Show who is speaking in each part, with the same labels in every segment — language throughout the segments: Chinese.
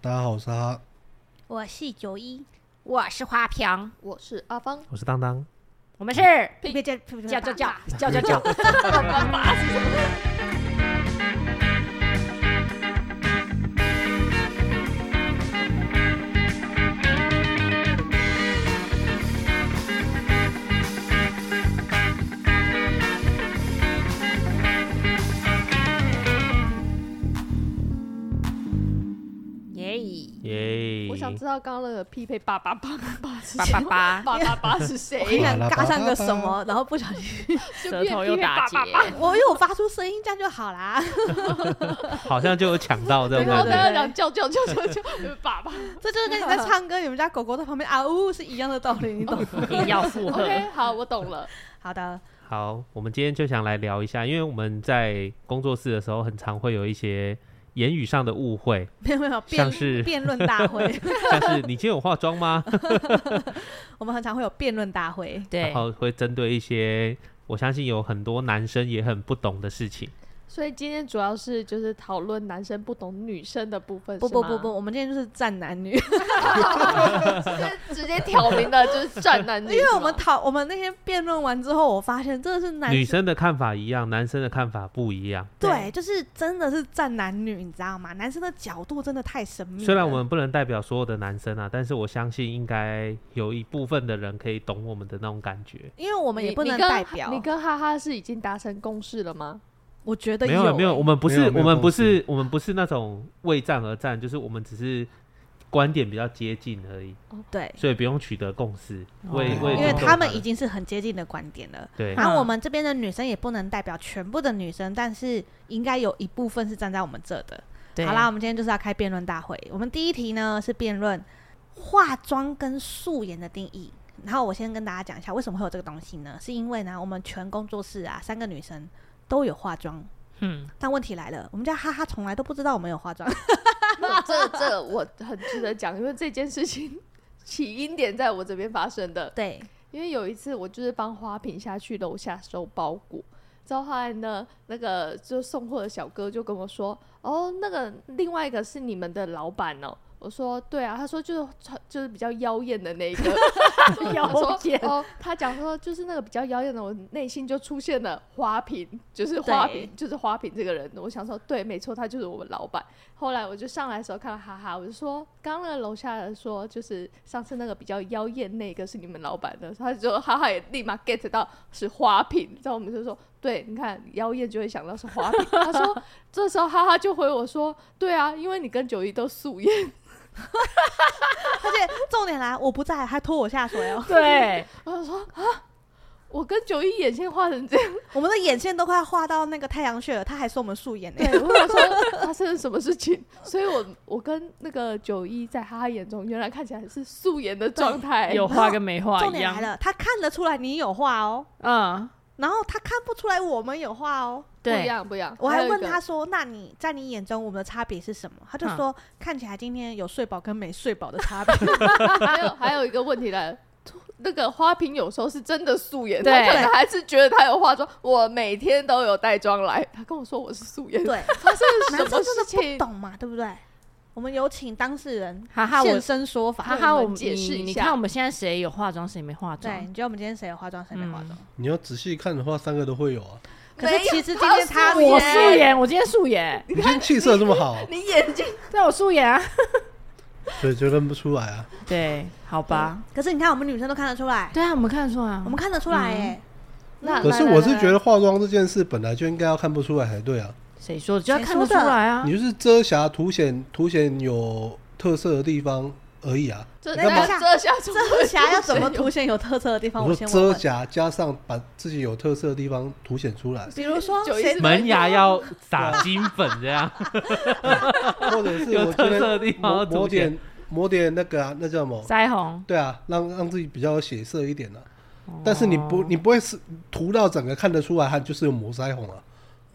Speaker 1: 大家好，我是哈哈。
Speaker 2: 我是九一，我是花瓶，
Speaker 3: 我是阿芳，
Speaker 4: 我是当当，
Speaker 2: 我们是
Speaker 3: 呸
Speaker 2: 叫叫叫
Speaker 3: 叫叫
Speaker 2: 叫
Speaker 3: 叫
Speaker 2: 叫叫叫。耶！
Speaker 4: 耶！
Speaker 3: 我想知道刚刚那个匹配八八八八八是
Speaker 2: 八
Speaker 3: 谁
Speaker 2: 八八，
Speaker 3: 八八八是谁？
Speaker 1: 好啦
Speaker 5: 嘎上个
Speaker 1: 爸爸
Speaker 5: 什么，然后不小心，
Speaker 3: 就
Speaker 2: 舌
Speaker 3: 变
Speaker 2: 头又
Speaker 3: 匹配
Speaker 2: 打结
Speaker 3: 八八八
Speaker 5: 我因为我发出声音，这样就好啦。
Speaker 4: 好像就有抢到这种
Speaker 3: 然后
Speaker 4: 感
Speaker 3: 大
Speaker 5: 对对
Speaker 4: 觉。
Speaker 5: 对
Speaker 3: 家讲叫叫叫叫叫就是爸爸。
Speaker 5: 这就是跟你 在唱歌，你们家狗狗在旁边啊呜是一样的道理，你懂 吗？
Speaker 2: 硬要附和。
Speaker 3: OK，好，我懂了。
Speaker 5: 好的，
Speaker 4: 好，我们今天就想来聊一下，因为我们在工作室的时候，很常会有一些言语上的误会，
Speaker 5: 没有没有辩
Speaker 4: 像是
Speaker 5: 辩论大 会，
Speaker 4: 像是你今天有化妆吗？
Speaker 5: 我们很常会有辩论大会，
Speaker 2: 对
Speaker 4: 然，后会针对一些我相信有很多男生也很不懂的事情。
Speaker 3: 所以今天主要是就是讨论男生不懂女生的部分，
Speaker 5: 不
Speaker 3: 是
Speaker 5: 不
Speaker 3: 吗
Speaker 5: 不不，，我们今天就是站男女，
Speaker 3: 直接直接挑明了就是站男女，
Speaker 5: 因为我
Speaker 3: 是吗
Speaker 5: 们讨我们那天辩论完之后，我发现真的是男
Speaker 4: 女生的看法一样，男生的看法不一样。
Speaker 5: 对，就是真的是站男女，你知道吗？男生的角度真的太神秘了。
Speaker 4: 虽然我们不能代表所有的男生啊，但是我相信应该有一部分的人可以懂我们的那种感觉。
Speaker 5: 因为我们也
Speaker 3: 你
Speaker 5: 不
Speaker 3: 你
Speaker 5: 能
Speaker 3: 跟
Speaker 5: 代表，
Speaker 3: 你跟哈哈是已经达成共识 了吗？
Speaker 5: 我觉得
Speaker 4: 没有啊
Speaker 5: 有
Speaker 4: 没有，
Speaker 5: 欸
Speaker 4: 我们不
Speaker 1: 没
Speaker 4: 是
Speaker 1: 有没
Speaker 4: 我
Speaker 1: 有
Speaker 4: 们不
Speaker 1: 共识
Speaker 4: 是我们不是那种为战而战，就是我们只是观点比较接近而已，
Speaker 5: 对，
Speaker 4: 所以不用取得共识。为
Speaker 2: 哦
Speaker 4: 为
Speaker 5: 因为
Speaker 4: 尊重
Speaker 5: 他们已经是很接近的观点了。
Speaker 4: 对
Speaker 5: 然
Speaker 2: 嗯
Speaker 5: 后我们这边的女生也不能代表全部的女生，但是应该有一部分是站在我们这的。
Speaker 2: 对
Speaker 5: 好啦，我，们今天就是要开辩论大会。我们第一题呢是辩论化妆跟素颜的定义。然后我先跟大家讲一下为什么会有这个东西呢？是因为呢，我们全工作室啊，三个女生都有化妆。
Speaker 2: 嗯，
Speaker 5: 但问题来了，我们家哈哈从来都不知道我们有化妆。
Speaker 3: 那这这我很值得讲，因为这件事情起因点在我这边发生的。
Speaker 5: 对，
Speaker 3: 因为有一次我就是帮花瓶下去楼下收包裹，之后后来呢，那个就送货的小哥就跟我说：“哦，那个另外一个是你们的老板哦。”我说：“对啊。”他说：“就是穿就是比较妖艳的那一个。”
Speaker 2: 妖艳。
Speaker 3: 我说哦，他讲说就是那个比较妖艳的，我内心就出现了花瓶，就是花瓶，就是花瓶这个人。我想说，对，没错，他就是我们老板。后来我就上来的时候看到哈哈，我就说，刚刚那个楼下的说，就是上次那个比较妖艳那个是你们老板的，他就哈哈也立马 get 到是花瓶，然后我们就说，对，你看妖艳就会想到是花瓶。他说，这时候哈哈就回我说，对啊，因为你跟九一都素颜。
Speaker 5: 而且重点来，我不在，还拖我下水哦
Speaker 2: 对，
Speaker 3: 然后我说啊，我跟九一眼线画成这样。
Speaker 5: 我们的眼线都快画到那个太阳穴了，他还说我们素颜欸呢、
Speaker 3: 对，我想说发生了什么事情，所以我我跟那个九一在哈哈眼中，原来看起来是素颜的状态。
Speaker 2: 有画跟没画
Speaker 5: 重
Speaker 2: 一
Speaker 5: 点来
Speaker 2: 样，
Speaker 5: 了，他看得出来你有画哦，
Speaker 2: 嗯，
Speaker 5: 然后他看不出来我们有画哦。
Speaker 3: 不一
Speaker 2: 对，
Speaker 3: 样，不一样。
Speaker 5: 我还
Speaker 3: 有一
Speaker 5: 问
Speaker 3: 个
Speaker 5: 他说：“那你在你眼中我们的差别是什么？”他就说：“看起来今天有睡饱跟没睡饱的差别。
Speaker 3: 还有还有一个问题来了。那个花瓶有时候是真的素颜，
Speaker 2: 对
Speaker 3: 他可能还是觉得他有化妆。我每天都有带妆来，他跟我说我是素”颜，
Speaker 5: 对，
Speaker 3: 发生了
Speaker 5: 男
Speaker 3: 什
Speaker 5: 生
Speaker 3: 么
Speaker 5: 真
Speaker 3: 事
Speaker 5: 的
Speaker 3: 情
Speaker 5: 不？懂嘛，对不对？我们有请当事人
Speaker 2: 哈哈，我
Speaker 5: 现身说法。
Speaker 2: 哈哈，
Speaker 3: 我
Speaker 2: 我
Speaker 3: 们
Speaker 2: 们
Speaker 3: 解释
Speaker 2: 你
Speaker 3: 一
Speaker 2: 你
Speaker 3: 下
Speaker 2: 看我们现在谁有化妆，谁没化
Speaker 5: 对，
Speaker 2: 妆？
Speaker 5: 你觉得我们今天谁有化妆，谁没化妆？
Speaker 1: 你要仔细看的话，三个都会有啊。
Speaker 5: 可是其实今天他
Speaker 3: 他
Speaker 2: 我
Speaker 3: 素
Speaker 2: 素颜，我今天素颜，
Speaker 1: 你今天气色这么好，啊
Speaker 3: 你眼睛
Speaker 2: 对，我素颜啊。
Speaker 1: 所以就认不出来啊。
Speaker 2: 对，好吧。
Speaker 5: 可是你看，我们女生都看得出来，
Speaker 2: 对啊，我们看得出来啊，
Speaker 5: 我们看得出来耶。
Speaker 3: 那
Speaker 1: 可是我是觉得化妆这件事本来就应该要看不出来才对啊，
Speaker 2: 谁说的就要
Speaker 5: 谁
Speaker 2: 看得出
Speaker 5: 说的
Speaker 2: 来啊
Speaker 1: 你。就是遮瑕凸显凸显有特色的地方而已啊。
Speaker 3: 遮
Speaker 1: 你干
Speaker 4: 哎
Speaker 1: 嘛
Speaker 3: 下遮下出
Speaker 5: 遮瑕要怎 么凸显有特色的地方？
Speaker 1: 我
Speaker 5: 我
Speaker 1: 说
Speaker 5: 先问
Speaker 1: 遮
Speaker 5: 问。，
Speaker 1: 瑕加上把自己有特色的地方凸显出 来
Speaker 5: 比如说
Speaker 3: 九一
Speaker 5: 谁
Speaker 3: 四
Speaker 4: 门牙 要
Speaker 5: 啊
Speaker 4: 撒金粉这样，
Speaker 1: 或者是
Speaker 4: 有
Speaker 1: 我
Speaker 4: 特
Speaker 1: 今
Speaker 4: 色
Speaker 1: 天
Speaker 4: 的地方
Speaker 1: 抹
Speaker 4: 要
Speaker 1: 抹
Speaker 4: 凸显。
Speaker 1: 点抹点那个啊，那叫什么？
Speaker 2: 腮红，
Speaker 1: 对啊，让让自己比较有血色一点啊。
Speaker 4: 哦
Speaker 1: 但是你不你不会是涂到整个看得出来，它就是有抹腮红啊。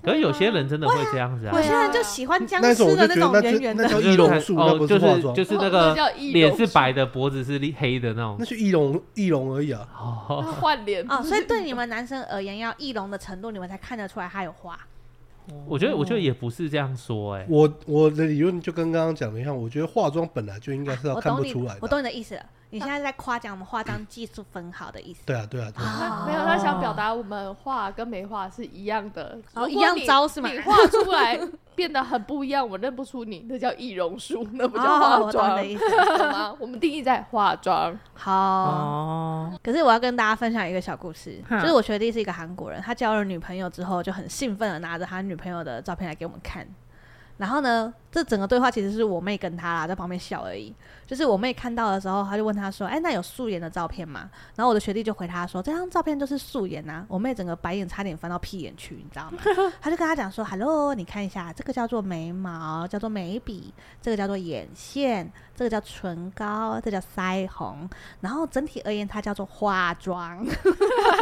Speaker 4: 可是有些人真的会这样子啊
Speaker 5: 有，些人就喜欢僵
Speaker 1: 那种
Speaker 5: 尸
Speaker 1: 我就
Speaker 5: 的那
Speaker 1: 觉
Speaker 5: 种
Speaker 1: 得那
Speaker 5: 圆
Speaker 1: 就
Speaker 5: 圆
Speaker 1: 那
Speaker 5: 的，
Speaker 1: 叫
Speaker 4: 就是
Speaker 1: 易容
Speaker 4: 看
Speaker 1: 术，
Speaker 4: 哦
Speaker 1: 那不是化妆
Speaker 4: 就，是那
Speaker 3: 那
Speaker 4: 个
Speaker 3: 叫易
Speaker 4: 脸
Speaker 3: 容
Speaker 4: 是
Speaker 3: 术
Speaker 4: 白的，脖子是黑的那种
Speaker 1: 那。就易容易容而已啊。
Speaker 4: 哦，
Speaker 3: 换脸
Speaker 5: 啊、所以对你们男生而言，要易容的程度，你们才看得出来他有花。
Speaker 4: 我觉得，我觉得也不是这样说、哎，
Speaker 1: 我我的理论就跟刚刚讲的一样，我觉得化妆本来就应该是要啊
Speaker 5: 啊我
Speaker 1: 看
Speaker 5: 懂
Speaker 1: 不
Speaker 5: 你
Speaker 1: 出来的。
Speaker 5: 我懂你的意思了。你现在在夸奖我们化妆技术很好的意思，哦
Speaker 1: 对啊，对啊，对啊，
Speaker 3: 他 没有，他想表达我们画跟没画是一样的，
Speaker 5: 哦
Speaker 3: 如
Speaker 5: 一
Speaker 3: 果
Speaker 5: 样
Speaker 3: 你
Speaker 5: 糟是吗
Speaker 3: 你画出来变得很不一样，我认不出你，那叫易容术，那不叫
Speaker 5: 哦，
Speaker 3: 化
Speaker 5: 我懂你
Speaker 3: 妆
Speaker 5: 的，意思。
Speaker 3: 懂吗？ 我们定义在化妆。
Speaker 5: 好，
Speaker 6: 哦，
Speaker 5: 可是我要跟大家分享一个小故事，
Speaker 6: 哈
Speaker 5: 就是我学弟是一个韩国人，他交了女朋友之后就很兴奋的拿着他女朋友的照片来给我们看。然后呢，这整个对话其实是我妹跟他啦在旁边笑而已。就是我妹看到的时候，她就问他说：“哎，那有素颜的照片吗？”然后我的学弟就回他说：“这张照片就是素颜啊。”我妹整个白眼差点翻到屁眼去，你知道吗？ 他就跟他讲说：“Hello，你看一下，这个叫做眉毛，叫做眉笔，这个叫做眼线，这个叫唇膏，这叫腮红，然后整体而言，它叫做化妆，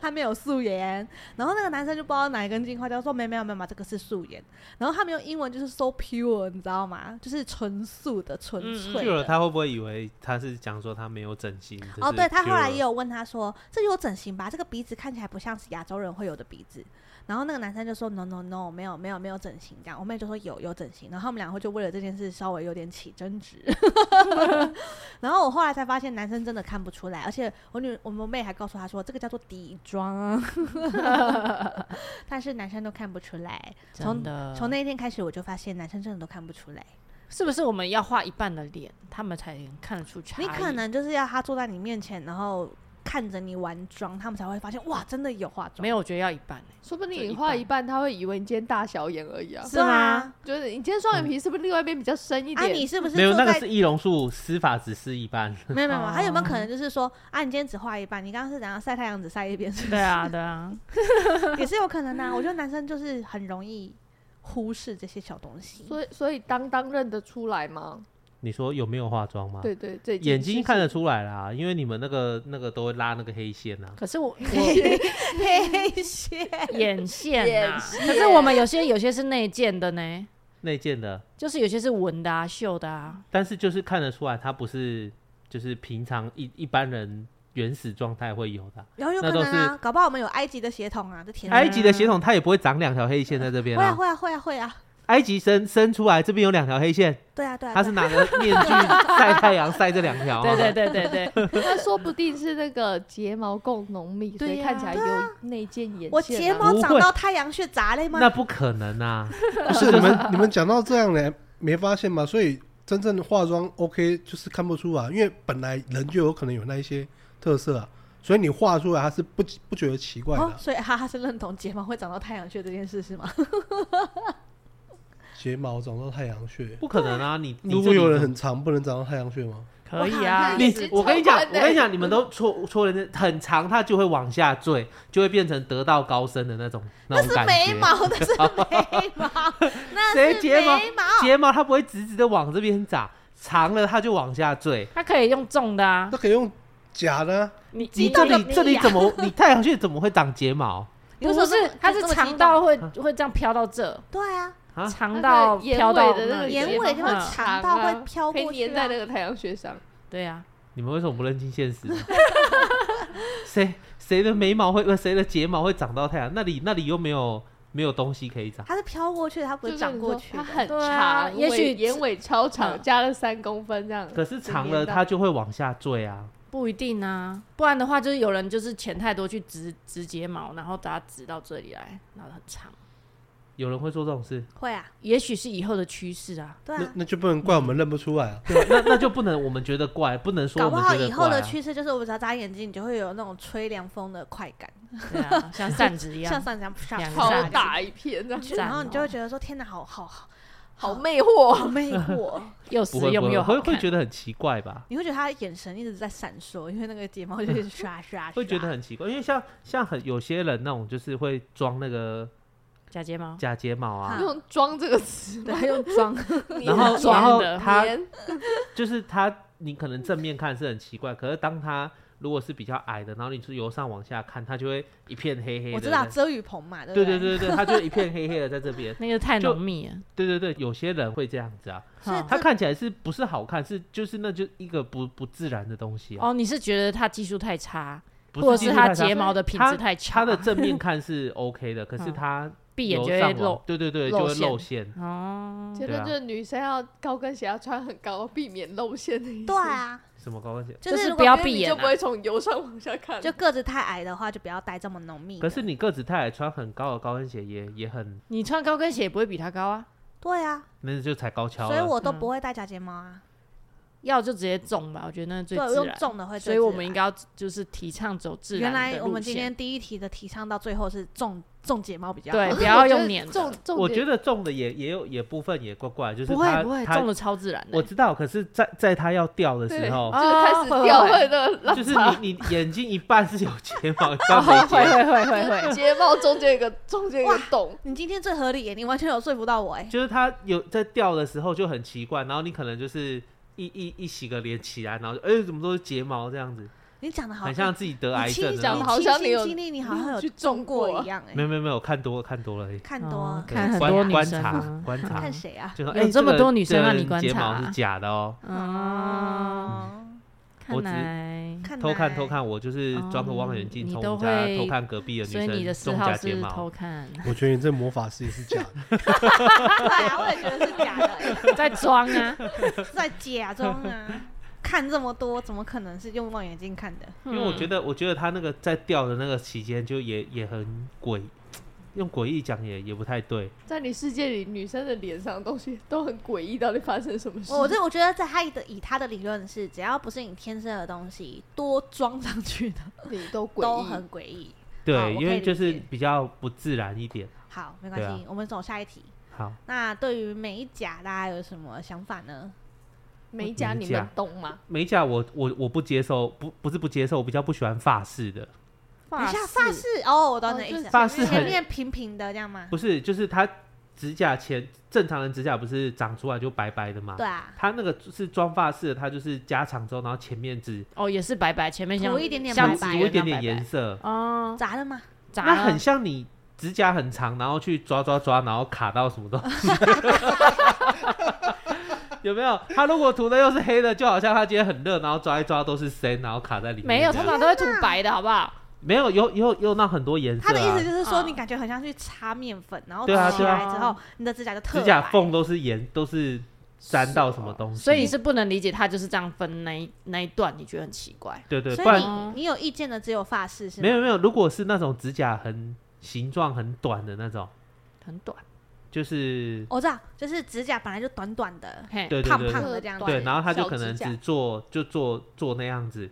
Speaker 5: 它没有素颜。然后那个男生就不知道哪一根筋坏掉，说没有没有没有，这个是素颜。然后他们用英文就是 so pure，你知道吗？就是纯素的、纯粹
Speaker 4: 去了
Speaker 5: 的。
Speaker 4: 他会不会以为他是讲说他没有整形？
Speaker 5: 哦，对他后来也
Speaker 4: 有，
Speaker 5: 有问他说：“这有整形吧？这个鼻子看起来不像是亚洲人会有的鼻子。”然后那个男生就说：“No No No，没有没有没有整形。”这样，我妹就说：“有有整形。”然后他们两个就为了这件事稍微有点起争执。 然后我后来才发现，男生真的看不出来，而且我女我们妹还告诉他说：“这个叫做底妆 啊。”但是男生都看不出来。从
Speaker 6: 真的，
Speaker 5: 从那一天开始，我就发现男生真的都看不出来。
Speaker 6: 是不是我们要画一半的脸，他们才看得出差异？
Speaker 5: 你可能就是要他坐在你面前，然后看着你玩妆，他们才会发现哇，真的有化妆，
Speaker 6: 没有，我觉得要一半、欸，
Speaker 3: 说不
Speaker 6: 就
Speaker 3: 定
Speaker 6: 一
Speaker 3: 你
Speaker 6: 半
Speaker 3: 画一半，他会以为你今天大小眼而已啊。
Speaker 5: 是吗？
Speaker 3: 就是你今天双眼皮是不是另外一边比较深一
Speaker 5: 哦啊，
Speaker 3: 点？
Speaker 5: 你是不是
Speaker 4: 没有
Speaker 5: 坐
Speaker 4: 那个
Speaker 5: 在
Speaker 4: 是易容术，施法只是一半。
Speaker 5: 没有没有没有，
Speaker 6: 哦
Speaker 5: 他有没有可能就是说啊，你今天只画一半，你刚刚是怎样晒太阳只晒一边，是不是
Speaker 6: 对，啊，对啊，
Speaker 5: 也是有可能啊。我觉得男生就是很容易忽视这些小东西，
Speaker 3: 所以所以当当认得出来吗？
Speaker 4: 你说有没有化妆吗？
Speaker 3: 对对对，
Speaker 4: 眼睛看得出来啦，因为你们那个那个都会拉那个黑线啊。
Speaker 6: 可是我
Speaker 5: 黑线
Speaker 6: 我眼线啊，
Speaker 3: 眼线
Speaker 6: 可是我们有些有些是内建的呢，
Speaker 4: 内建的，
Speaker 6: 就是有些是纹的啊、绣的啊，
Speaker 4: 但是就是看得出来，它不是就是平常一一般人原始状态会有的啊。
Speaker 5: 然后有可
Speaker 4: 那都
Speaker 5: 能啊，搞不好我们有埃及的血统啊，这天
Speaker 4: 埃及的血统它也不会长两条黑线在这边
Speaker 5: 会啊
Speaker 4: 啊。
Speaker 5: 会啊会啊会啊，
Speaker 4: 埃及生生出来这边有两条黑线，
Speaker 5: 对啊对啊，
Speaker 4: 他
Speaker 5: 对
Speaker 4: 是
Speaker 5: 啊
Speaker 4: 拿着面具晒太阳晒这两条啊。
Speaker 6: 对对对对对，
Speaker 3: 那说不定是那个睫毛够浓密，所
Speaker 6: 对
Speaker 3: 以
Speaker 6: 呀
Speaker 3: 看起来有内建眼线、啊。
Speaker 5: 我睫毛
Speaker 4: 不
Speaker 5: 长
Speaker 4: 会
Speaker 5: 到太阳穴砸嘞吗？
Speaker 4: 那不可能啊！
Speaker 1: 不是你们你们讲到这样呢，没发现吗？所以真正的化妆 OK 就是看不出来，啊因为本来人就有可能有那一些特色啊，所以你画出来他是不不觉得奇怪的
Speaker 5: 哦
Speaker 1: 啊、，
Speaker 5: 所以哈哈是认同睫毛会长到太阳穴这件事是吗？
Speaker 1: 睫毛长到太阳穴，
Speaker 4: 不可能啊！你你
Speaker 1: 如果
Speaker 4: 这里
Speaker 1: 有人
Speaker 4: 怎
Speaker 1: 很长，不能长到太阳穴吗？
Speaker 6: 可以啊
Speaker 3: 我靠，
Speaker 4: 你
Speaker 3: 一直
Speaker 4: 我跟你
Speaker 3: 超
Speaker 4: 讲，
Speaker 3: 宽
Speaker 4: 我
Speaker 3: 的
Speaker 4: 跟你讲，你们都戳戳人家很长，它就会往下坠，就会变成得道高僧的那种那
Speaker 5: 那
Speaker 4: 种
Speaker 5: 是
Speaker 4: 感
Speaker 5: 眉
Speaker 4: 觉。哦
Speaker 5: 毛，那是 眉毛，那
Speaker 4: 谁
Speaker 5: 是
Speaker 4: 睫毛
Speaker 5: 眉毛。
Speaker 4: 睫毛它不会直直的往这边长，长了它就往下坠。
Speaker 6: 它可以用重的啊
Speaker 1: 那，可以用假的、啊，
Speaker 6: 你
Speaker 4: 你
Speaker 6: 你
Speaker 4: 这
Speaker 6: 这
Speaker 4: 里
Speaker 6: 里
Speaker 4: 这里怎么你太阳穴怎么会长睫毛
Speaker 6: 不是是它是长到会会这样飘到这，
Speaker 5: 对啊，
Speaker 4: 啊？
Speaker 6: 长
Speaker 3: 它
Speaker 6: 到
Speaker 3: 的眼
Speaker 6: 飘到
Speaker 3: 尾的那
Speaker 6: 那
Speaker 3: 个
Speaker 6: 里
Speaker 5: 眼尾地
Speaker 6: 嗯
Speaker 5: 方长到会
Speaker 3: 啊
Speaker 5: 飘
Speaker 3: 可以
Speaker 5: 过去
Speaker 3: 粘在
Speaker 5: 啊
Speaker 3: 那。个太阳穴上。
Speaker 6: 对啊，
Speaker 4: 你们为什么不认清现 实？谁谁的眉毛会不谁的睫毛会长到太阳？那里那里又没有没有东西可以长。
Speaker 5: 它是飘过去的，它不
Speaker 3: 就是
Speaker 5: 会长
Speaker 3: 你
Speaker 5: 过
Speaker 3: 说
Speaker 5: 去
Speaker 3: 它
Speaker 5: 的。
Speaker 3: 很
Speaker 6: 对
Speaker 3: 长，
Speaker 6: 啊也许
Speaker 3: 尾眼尾超长，
Speaker 6: 嗯
Speaker 3: 加了三公分这样。
Speaker 4: 可是长了它就会往下坠啊。
Speaker 6: 不一定啊，不然的话就是有人就是钱太多去植植睫毛，然后把它植到这里来，然后很长，
Speaker 4: 有人会做这种事，
Speaker 5: 会啊，
Speaker 6: 也许是以后的趋势 啊。
Speaker 5: 对
Speaker 1: 那
Speaker 5: 啊，嗯
Speaker 1: 那就不能怪我们认不出来啊。
Speaker 4: 对吧那那就不能我们觉得怪，不能说
Speaker 5: 搞
Speaker 4: 我
Speaker 5: 不
Speaker 4: 们
Speaker 5: 好
Speaker 4: 觉得
Speaker 5: 以
Speaker 4: 怪
Speaker 5: 后
Speaker 4: 啊
Speaker 5: 的。趋势就是，我只要眨眼睛，你就会有那种吹凉风的快感，
Speaker 6: 对啊，像扇子一
Speaker 5: 像
Speaker 6: 样，
Speaker 5: 上这样啪
Speaker 6: 两个
Speaker 5: 啪
Speaker 6: 上
Speaker 3: 好
Speaker 6: 下
Speaker 3: 大一片这样，
Speaker 5: 然后你就会觉得说：天哪，好好好
Speaker 3: 好魅惑。啊
Speaker 5: 好 魅惑！哦
Speaker 6: 又实
Speaker 4: 不会不
Speaker 6: 用
Speaker 4: 会
Speaker 6: 又好
Speaker 4: 会
Speaker 6: 看。
Speaker 4: 会觉得很奇怪吧？
Speaker 5: 你会觉得他的眼神一直在闪烁，因为那个睫毛就是刷刷，
Speaker 4: 会觉得
Speaker 5: 刷
Speaker 4: 很奇怪，因为像像很有些人那种就是会装那个
Speaker 6: 假睫毛，
Speaker 4: 假睫毛啊
Speaker 5: 啊，
Speaker 3: 用“妆”这个词，
Speaker 5: 对，他 用妆，
Speaker 4: 然后然后
Speaker 6: 粘的
Speaker 4: 他
Speaker 3: 粘
Speaker 4: 就是他，你可能正面看是很奇怪，可是当他如果是比较矮的，然后你是由上往下看，他就会一片黑黑的。
Speaker 5: 我知道遮雨棚嘛，对不
Speaker 4: 对
Speaker 5: 对
Speaker 4: 对对对，他就一片黑黑的在这边。
Speaker 6: 那个太
Speaker 4: 就
Speaker 6: 浓密了。
Speaker 4: 对对对，有些人会这样子啊，
Speaker 5: 所以
Speaker 6: 哈
Speaker 4: 他看起来是不是好看？是就是那就一个不不自然的东西啊，
Speaker 6: 哦，你是觉得它技术太差，
Speaker 4: 不
Speaker 6: 或者
Speaker 4: 技术
Speaker 6: 是它
Speaker 4: 太差
Speaker 6: 睫毛的品质太差？
Speaker 4: 他的正面看是 OK 的，可是
Speaker 6: 嗯
Speaker 4: 他
Speaker 6: 闭眼
Speaker 4: 有
Speaker 6: 就会
Speaker 4: 上
Speaker 6: 漏
Speaker 4: 网，对对对，
Speaker 6: 露
Speaker 4: 就会
Speaker 6: 馅
Speaker 4: 露馅。
Speaker 6: 哦。
Speaker 3: 结
Speaker 4: 对
Speaker 3: 论
Speaker 4: 啊
Speaker 3: 就是女生要高跟鞋要穿很高，避免露馅的意思。
Speaker 5: 对，啊，
Speaker 4: 什么高跟鞋？
Speaker 5: 就是
Speaker 6: 是
Speaker 5: 如
Speaker 6: 不
Speaker 5: 果
Speaker 6: 要
Speaker 3: 因为
Speaker 6: 闭
Speaker 3: 你
Speaker 6: 眼
Speaker 3: 就
Speaker 6: 啊
Speaker 3: 不会从由上往下看。
Speaker 5: 就个子太矮的话，就不要戴这么浓密的。
Speaker 4: 可是你个子太矮，穿很高的高跟鞋也也很，
Speaker 6: 你穿高跟鞋也不会比他高啊，
Speaker 5: 对啊，
Speaker 4: 那就踩高跷
Speaker 5: 所以
Speaker 4: 了。
Speaker 5: 我都
Speaker 6: 嗯
Speaker 5: 不会戴假睫毛啊，
Speaker 6: 要就直接种吧，我觉得那是最
Speaker 5: 对，
Speaker 6: 自
Speaker 5: 用
Speaker 6: 然。
Speaker 5: 重的会最自
Speaker 6: 所
Speaker 5: 然。
Speaker 6: 以我们应该要就是提倡走自然
Speaker 5: 原
Speaker 6: 的
Speaker 5: 来我们
Speaker 6: 路
Speaker 5: 今
Speaker 6: 线
Speaker 5: 天第一题的提倡到最后是种种睫毛比较好。
Speaker 6: 对不
Speaker 3: 我
Speaker 6: 要
Speaker 3: 觉
Speaker 6: 用
Speaker 3: 得
Speaker 6: 粘的，
Speaker 3: 重重
Speaker 4: 我觉
Speaker 3: 点
Speaker 4: 得重的也也有也部分也怪怪，就是
Speaker 6: 不会
Speaker 4: 他
Speaker 6: 不会
Speaker 4: 他
Speaker 6: 种的超自然的欸
Speaker 4: 我。知道，可是在在他要掉的时
Speaker 3: 对，
Speaker 4: 候
Speaker 3: 就，是开始
Speaker 6: 哦
Speaker 3: 掉
Speaker 6: 会
Speaker 3: 会的浪
Speaker 4: 就是
Speaker 3: 潮。
Speaker 4: 你你眼睛一半是有睫 毛，一半没睫
Speaker 6: 哦会
Speaker 4: 毛，
Speaker 6: 会会会会，
Speaker 3: 睫毛中间有个中间有个洞，
Speaker 5: 你今天最合理耶，你完全有说服到我哎。
Speaker 4: 就是他有在掉的时候就很奇怪，然后你可能就是一一一洗个脸起来，然后就哎、怎么都是睫毛这样子，
Speaker 5: 你讲的好，
Speaker 4: 很像自己得癌
Speaker 5: 你
Speaker 4: 症
Speaker 5: 亲
Speaker 4: 的
Speaker 3: 讲
Speaker 4: 那
Speaker 3: 得
Speaker 4: 种。
Speaker 3: 好像你有
Speaker 5: 经历，你好像
Speaker 3: 你有
Speaker 5: 有
Speaker 3: 去
Speaker 5: 中
Speaker 3: 中过
Speaker 5: 过一样
Speaker 4: 没
Speaker 5: 哎。
Speaker 4: 有没有没有，看多看多了而已，
Speaker 5: 看
Speaker 6: 哦
Speaker 5: 多了，
Speaker 4: 对
Speaker 6: 看很
Speaker 4: 观
Speaker 6: 多女
Speaker 4: 观
Speaker 6: 生
Speaker 4: 察
Speaker 6: 啊
Speaker 4: 观察，
Speaker 5: 看谁啊？
Speaker 4: 就说
Speaker 6: 有
Speaker 4: 哎
Speaker 6: 这么
Speaker 4: 个
Speaker 6: 多女生
Speaker 4: 这
Speaker 6: 让
Speaker 4: 个
Speaker 6: 你观
Speaker 4: 睫毛
Speaker 6: 察
Speaker 4: 是假的哦，
Speaker 6: 哦，
Speaker 4: 嗯我
Speaker 6: 看
Speaker 4: 只
Speaker 6: 来，
Speaker 5: 看啊
Speaker 4: 偷看
Speaker 5: 来
Speaker 4: 偷，看，我就是装个望远镜
Speaker 6: 哦
Speaker 4: 从
Speaker 6: 你
Speaker 4: 我
Speaker 6: 都
Speaker 4: 们家
Speaker 6: 会
Speaker 4: 偷看隔壁的
Speaker 6: 所以你
Speaker 4: 女
Speaker 6: 的
Speaker 4: 生
Speaker 6: 嗜
Speaker 4: 种
Speaker 6: 好
Speaker 4: 假睫
Speaker 6: 是偷
Speaker 4: 毛，
Speaker 6: 看，
Speaker 1: 我觉得你这魔法师也是 假的。
Speaker 5: 对啊，我也觉得是假的哎，
Speaker 6: 在装啊，
Speaker 5: 在假装啊。看这么多，怎么可能是用望远镜看的？
Speaker 4: 因为我
Speaker 5: 嗯
Speaker 4: 觉得我觉得他那个在掉的那个期间就也也很诡，用诡异讲也也不太对，
Speaker 3: 在你世界里，女生的脸上的东西都很诡异，到底发生什么事？
Speaker 5: 我这我觉得，在他的以他的理论是，只要不是你天生的东西，多装上去的
Speaker 3: 你都诡异，
Speaker 5: 都很诡异。好
Speaker 4: 对，
Speaker 5: 我
Speaker 4: 因
Speaker 5: 可以
Speaker 4: 为
Speaker 5: 理
Speaker 4: 就是
Speaker 5: 解
Speaker 4: 比较不自然一点。
Speaker 5: 好，没关
Speaker 4: 对啊
Speaker 5: 系，我们走下一题。
Speaker 4: 好，
Speaker 5: 那对于美甲，大家有什么想法呢？
Speaker 3: 美甲你
Speaker 4: 美甲
Speaker 3: 们懂吗？
Speaker 4: 美甲我我我不接受，不不是不接受，我比较不喜欢法式的，
Speaker 5: 等一下，
Speaker 6: 发饰
Speaker 5: 发饰哦，我懂你的意
Speaker 3: 就是
Speaker 5: 思。
Speaker 4: 发饰
Speaker 5: 前
Speaker 4: 很
Speaker 5: 面平平的这样吗？
Speaker 4: 不是就是它指甲前正常人指甲不是长出来就白白的吗？
Speaker 5: 对啊，
Speaker 4: 它那个是装发式的，它就是加长之后，然后前面只
Speaker 6: 哦，也是白白，前面像
Speaker 5: 涂一点点
Speaker 6: 像
Speaker 5: 白白
Speaker 6: 纸
Speaker 4: 有一
Speaker 6: 样
Speaker 4: 点点
Speaker 6: 白白
Speaker 4: 颜色，
Speaker 6: 哦，
Speaker 5: 砸了吗？
Speaker 6: 咋
Speaker 4: 那
Speaker 6: 了
Speaker 4: 很像你指甲很长，然后去抓抓抓，然后卡到什么东西。 有没有？它如果涂的又是黑的，就好像它今天很热，然后抓一抓都是深，然后卡在里面。
Speaker 6: 没有，通常都会涂白的，好不好？
Speaker 4: 没有，有有有那很多颜色、啊。
Speaker 5: 他的意思就是说，
Speaker 6: 嗯
Speaker 5: 你感觉很像去擦面粉，然后
Speaker 4: 对啊
Speaker 5: 起
Speaker 4: 对
Speaker 5: 来
Speaker 4: 啊
Speaker 5: 之后，你的指甲就特
Speaker 4: 指甲
Speaker 5: 白
Speaker 4: 缝都是颜，都是沾到什么东西。
Speaker 6: 所以你是不能理解他就是这样分那一那一段，你觉得很奇怪。
Speaker 4: 对对，
Speaker 5: 所
Speaker 4: 不
Speaker 5: 以
Speaker 4: 然
Speaker 5: 你你有意见的只有发饰是吗？
Speaker 4: 没有没有。如果是那种指甲很形状很短的那种，
Speaker 6: 很短，
Speaker 4: 就是
Speaker 5: 我知道，就是指甲本来就短短的、
Speaker 6: 嘿，
Speaker 4: 对对
Speaker 5: 哦胖
Speaker 4: 对
Speaker 5: 胖
Speaker 4: 对
Speaker 5: 的这样子。
Speaker 4: 对，然后他就
Speaker 3: 小
Speaker 4: 可能
Speaker 3: 指甲
Speaker 4: 只做就做做那样子。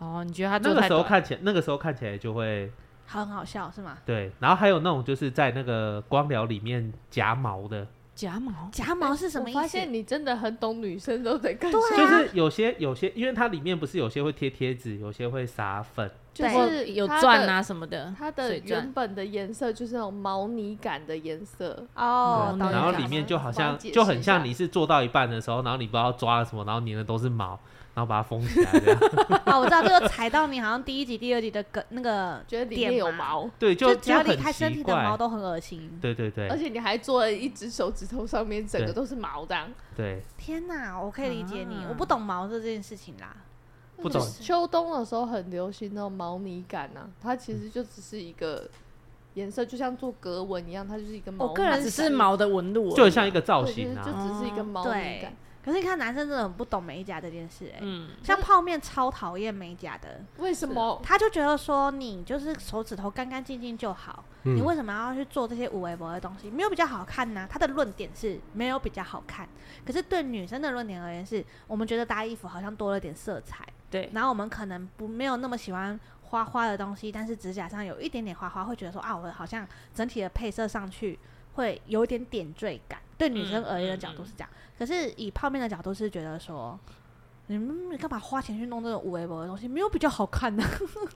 Speaker 6: 哦，你觉得他
Speaker 4: 那
Speaker 6: 做
Speaker 4: 个
Speaker 6: 太
Speaker 4: 时候
Speaker 6: 短？
Speaker 4: 看起来，那个时候看起来就会
Speaker 5: 好很好笑是吗？
Speaker 4: 对，然后还有那种就是在那个光疗里面夹毛的，
Speaker 6: 假毛
Speaker 5: 夹毛是什么
Speaker 3: 我
Speaker 5: 意
Speaker 3: 发
Speaker 5: 思？
Speaker 3: 现你真的很懂女生都在干什
Speaker 5: 对
Speaker 3: 么，
Speaker 5: 啊
Speaker 4: 就是有些有些，因为它里面不是有些会贴贴纸，有些会撒粉，
Speaker 3: 就
Speaker 6: 或
Speaker 4: 哦
Speaker 3: 是
Speaker 6: 有
Speaker 3: 它的
Speaker 6: 钻啊。什么的，
Speaker 3: 它的
Speaker 6: 水钻
Speaker 3: 原本的颜色就是那种毛呢感的颜色，
Speaker 5: 哦，
Speaker 6: 嗯
Speaker 5: 懂
Speaker 4: 啊
Speaker 5: 你
Speaker 4: 然后
Speaker 5: 讲
Speaker 4: 里面
Speaker 5: 的
Speaker 4: 就好
Speaker 3: 帮
Speaker 4: 像
Speaker 3: 我解释
Speaker 4: 就很
Speaker 3: 一下
Speaker 4: 像你是做到一半的时候，然后你不知道抓了什么，然后粘的都是毛，然后把它封起来这样。
Speaker 5: 啊，我知道这个踩到你好像第一集、第二集的梗那个，
Speaker 3: 觉得里面有
Speaker 5: 点麻
Speaker 3: 毛，
Speaker 4: 对，
Speaker 5: 就
Speaker 4: 就
Speaker 5: 只要离
Speaker 4: 很
Speaker 5: 开身体
Speaker 4: 奇
Speaker 5: 的毛
Speaker 4: 怪。
Speaker 5: 都很恶心。
Speaker 4: 对对对
Speaker 3: 而且你还做了一只手指头上面整个
Speaker 4: 对
Speaker 3: 都是毛这样。
Speaker 4: 对，
Speaker 5: 天哪，我可以理解你，
Speaker 6: 啊
Speaker 5: 我不懂毛这件事情啦。
Speaker 4: 不懂
Speaker 3: 秋冬的时候很流行那种毛呢感啊，它其实就只是一个颜色，就像做格纹一样，它就是一个毛呢。
Speaker 5: 我个人哦
Speaker 6: 它只是毛的纹路而已啊，
Speaker 4: 就很像一个造
Speaker 3: 对
Speaker 4: 型
Speaker 3: 就是
Speaker 4: 啊。
Speaker 3: 就只是一个毛呢
Speaker 5: 对
Speaker 3: 感。，
Speaker 5: 可是你看男生真的很不懂美甲这件事、哎、
Speaker 6: 嗯，
Speaker 5: 像泡面超讨厌美甲的，
Speaker 3: 为什么？
Speaker 5: 他就觉得说你就是手指头干干净净就好，
Speaker 1: 嗯
Speaker 5: 你为什么要去做这些无微博的东西？没有比较好看呐、他的论点是没有比较好看，可是对女生的论点而言是，我们觉得搭衣服好像多了点色彩，
Speaker 6: 对，
Speaker 5: 然后我们可能不没有那么喜欢花花的东西，但是指甲上有一点点花花，会觉得说啊，我好像整体的配色上去会有一点点缀感。对女生而言的角度是这样，可是以泡面的角度是觉得说，你们干嘛花钱去弄这种无微博的东西，没有比较好看呢、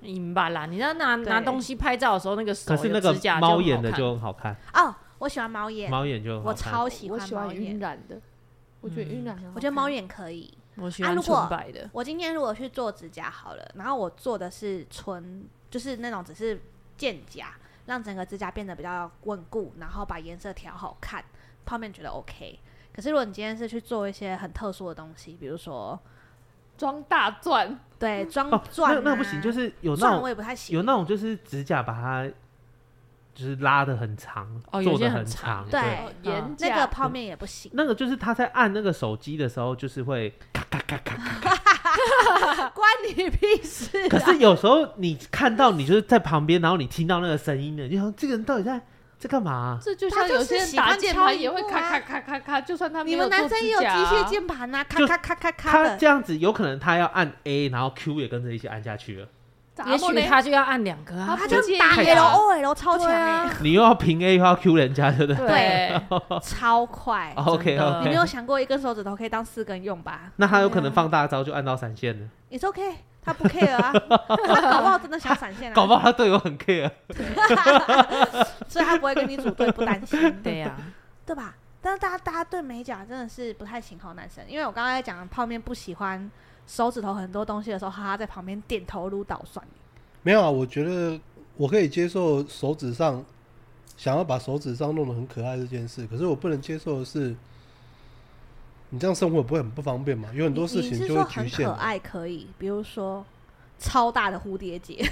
Speaker 6: 明白啦。你要拿
Speaker 5: 对
Speaker 6: 拿东西拍照的时候，那个手
Speaker 4: 可是
Speaker 6: 有
Speaker 4: 那个
Speaker 6: 指甲
Speaker 4: 猫
Speaker 6: 很
Speaker 4: 眼
Speaker 6: 好
Speaker 4: 的
Speaker 6: 看
Speaker 4: 就很好看，
Speaker 5: 哦，我喜欢猫眼，
Speaker 4: 猫眼就很
Speaker 5: 我
Speaker 4: 好看哦
Speaker 5: 超喜
Speaker 3: 我
Speaker 5: 欢
Speaker 3: 喜
Speaker 5: 猫
Speaker 3: 欢
Speaker 5: 眼
Speaker 3: 晕，染的，我觉得晕染很好看，
Speaker 5: 我觉得猫眼可以。
Speaker 6: 我喜
Speaker 5: 啊
Speaker 6: 欢
Speaker 5: 如
Speaker 6: 纯
Speaker 5: 果
Speaker 6: 白的，
Speaker 5: 我今天如果去做指甲好了，然后我做的是纯，就是那种只是间夹，让整个指甲变得比较稳固，然后把颜色调好看，泡面觉得 OK。可是如果你今天是去做一些很特殊的东西，比如说
Speaker 3: 装大钻，
Speaker 5: 对装
Speaker 4: 哦，
Speaker 5: 钻、
Speaker 4: 那
Speaker 5: 啊
Speaker 4: 那不行，就是有那
Speaker 5: 钻我
Speaker 4: 种
Speaker 5: 也不太行，
Speaker 4: 有那种就是指甲把它就是拉的很长，
Speaker 6: 哦有
Speaker 4: 做
Speaker 6: 些
Speaker 4: 的
Speaker 6: 很
Speaker 4: 长，
Speaker 6: 长
Speaker 5: 对
Speaker 4: 对。
Speaker 3: 哦眼
Speaker 5: 那个
Speaker 3: 角
Speaker 5: 泡面也不行，
Speaker 4: 那个就是他在按那个手机的时候，就是会咔咔咔咔咔。
Speaker 5: 关你屁 事
Speaker 4: 可
Speaker 5: 啊！
Speaker 4: 是有时候你看到你就是在旁边，然后你听到那个声音了，你想这个人到底在在干嘛啊、
Speaker 3: 这就
Speaker 5: 他
Speaker 3: 像
Speaker 5: 就是
Speaker 3: 有些人
Speaker 5: 喜欢
Speaker 3: 打键
Speaker 5: 敲
Speaker 3: 盘
Speaker 5: 荧
Speaker 3: 也会
Speaker 5: 幕
Speaker 3: 咔
Speaker 5: 啊
Speaker 3: 咔咔咔咔，就算他没
Speaker 5: 你们
Speaker 3: 做
Speaker 5: 男生
Speaker 3: 指
Speaker 5: 也有机
Speaker 3: 甲
Speaker 5: 械
Speaker 3: 啊
Speaker 5: 键盘呐，咔
Speaker 4: 就
Speaker 5: 咔咔咔咔
Speaker 4: 他
Speaker 5: 的，
Speaker 4: 这样子有可能他要按 A，然后 Q 也跟着一起按下去了，
Speaker 3: 咋
Speaker 6: 也
Speaker 3: 不
Speaker 6: 许
Speaker 3: 嘞
Speaker 6: 他就要按两个啊
Speaker 3: 他。
Speaker 5: 他就
Speaker 3: 不
Speaker 5: 打
Speaker 3: 介意
Speaker 5: L
Speaker 3: 啊
Speaker 5: O L 超强
Speaker 6: 对
Speaker 5: 哎、
Speaker 6: 啊
Speaker 4: 你又要平 A 又要 Q 人家，对不对啊
Speaker 5: 对
Speaker 6: 对，
Speaker 5: 超快。
Speaker 4: ？OK
Speaker 6: 真的
Speaker 5: 你没
Speaker 4: OK，
Speaker 5: 有想过一根手指头可以当四根用吧？
Speaker 4: 那他有可能放大招就按到闪现了，
Speaker 5: 也是 OK，他不 care 啊，他搞不好真的想闪现啊，
Speaker 4: 搞不好他队友很 care。
Speaker 5: 所以他不会跟你组队，不担心，
Speaker 6: 对呀、
Speaker 5: 对吧？但是大家大家对美甲真的是不太行好男生，因为我刚刚在讲泡面不喜欢手指头很多东西的时候，哈哈在旁边点头如捣蒜。
Speaker 1: 没有啊，我觉得我可以接受手指上想要把手指上弄得很可爱这件事，可是我不能接受的是，你这样生活不会很不方便嘛？有很多事
Speaker 5: 你
Speaker 1: 情
Speaker 5: 是
Speaker 1: 就
Speaker 5: 说
Speaker 1: 会局
Speaker 5: 很
Speaker 1: 限
Speaker 5: 可
Speaker 1: 了。
Speaker 5: 爱可以，比如说超大的蝴 蝶结，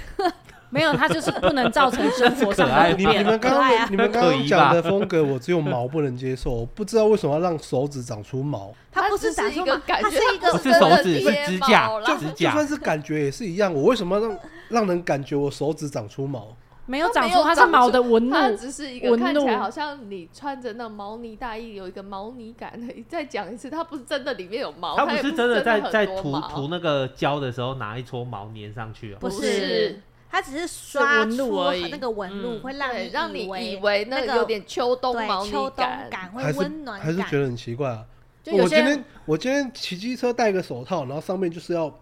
Speaker 6: 没有，他就是不能造成生活上
Speaker 4: 可爱
Speaker 6: 的不
Speaker 1: 你
Speaker 6: 便
Speaker 1: 你。们刚
Speaker 5: 可
Speaker 1: 刚
Speaker 5: 爱
Speaker 1: 的、
Speaker 5: 啊
Speaker 1: 你们刚
Speaker 4: 可
Speaker 1: 刚
Speaker 4: 疑吧
Speaker 1: 讲的风格，我只有毛不能接受，我不知道为什么要让手指长出毛。
Speaker 5: 它不
Speaker 3: 只是
Speaker 5: 打
Speaker 3: 一
Speaker 5: 出
Speaker 3: 个
Speaker 5: 毛
Speaker 3: 感
Speaker 5: 它
Speaker 3: 觉
Speaker 5: 是一个
Speaker 4: 不是
Speaker 3: 真
Speaker 4: 手
Speaker 3: 的
Speaker 4: 指，是
Speaker 3: 睫
Speaker 4: 指
Speaker 3: 毛
Speaker 4: 甲
Speaker 3: 啦，
Speaker 4: 指
Speaker 1: 就
Speaker 4: 甲
Speaker 1: 算。是感觉也是一样，我为什么要让让人感觉我手指长出毛？
Speaker 6: 没有
Speaker 3: 他
Speaker 6: 长
Speaker 3: 没
Speaker 6: 出，
Speaker 3: 有
Speaker 6: 它是
Speaker 3: 长
Speaker 6: 毛
Speaker 3: 出
Speaker 6: 的纹
Speaker 3: 它
Speaker 6: 路。
Speaker 3: 只是一个
Speaker 6: 纹
Speaker 3: 看起来
Speaker 6: 路
Speaker 3: 好像你穿着那种毛呢大衣，有一个毛呢感的。你再讲一次，它不是真的里哦面有毛，
Speaker 4: 他
Speaker 3: 它
Speaker 4: 不
Speaker 3: 也
Speaker 4: 是
Speaker 3: 是
Speaker 4: 真的
Speaker 3: 的
Speaker 4: 在
Speaker 3: 很
Speaker 4: 在
Speaker 3: 多
Speaker 4: 涂
Speaker 3: 毛
Speaker 4: 涂那个胶的时候拿一撮毛粘上去哦。
Speaker 5: 不
Speaker 3: 不
Speaker 5: 是
Speaker 3: 是，
Speaker 5: 它只是刷
Speaker 6: 纹路
Speaker 5: 出
Speaker 6: 而已
Speaker 5: 那个纹路，
Speaker 6: 嗯
Speaker 5: 会让
Speaker 3: 对，让你以
Speaker 5: 以
Speaker 3: 为那
Speaker 5: 那
Speaker 3: 个
Speaker 5: 个
Speaker 3: 有点秋冬
Speaker 5: 对
Speaker 3: 毛呢
Speaker 5: 秋冬感会
Speaker 1: 还是
Speaker 5: 温暖
Speaker 1: 还是觉得很奇怪啊！
Speaker 6: 就有
Speaker 1: 我今
Speaker 6: 些
Speaker 1: 天我今天骑机车戴个手套，然后上面就是要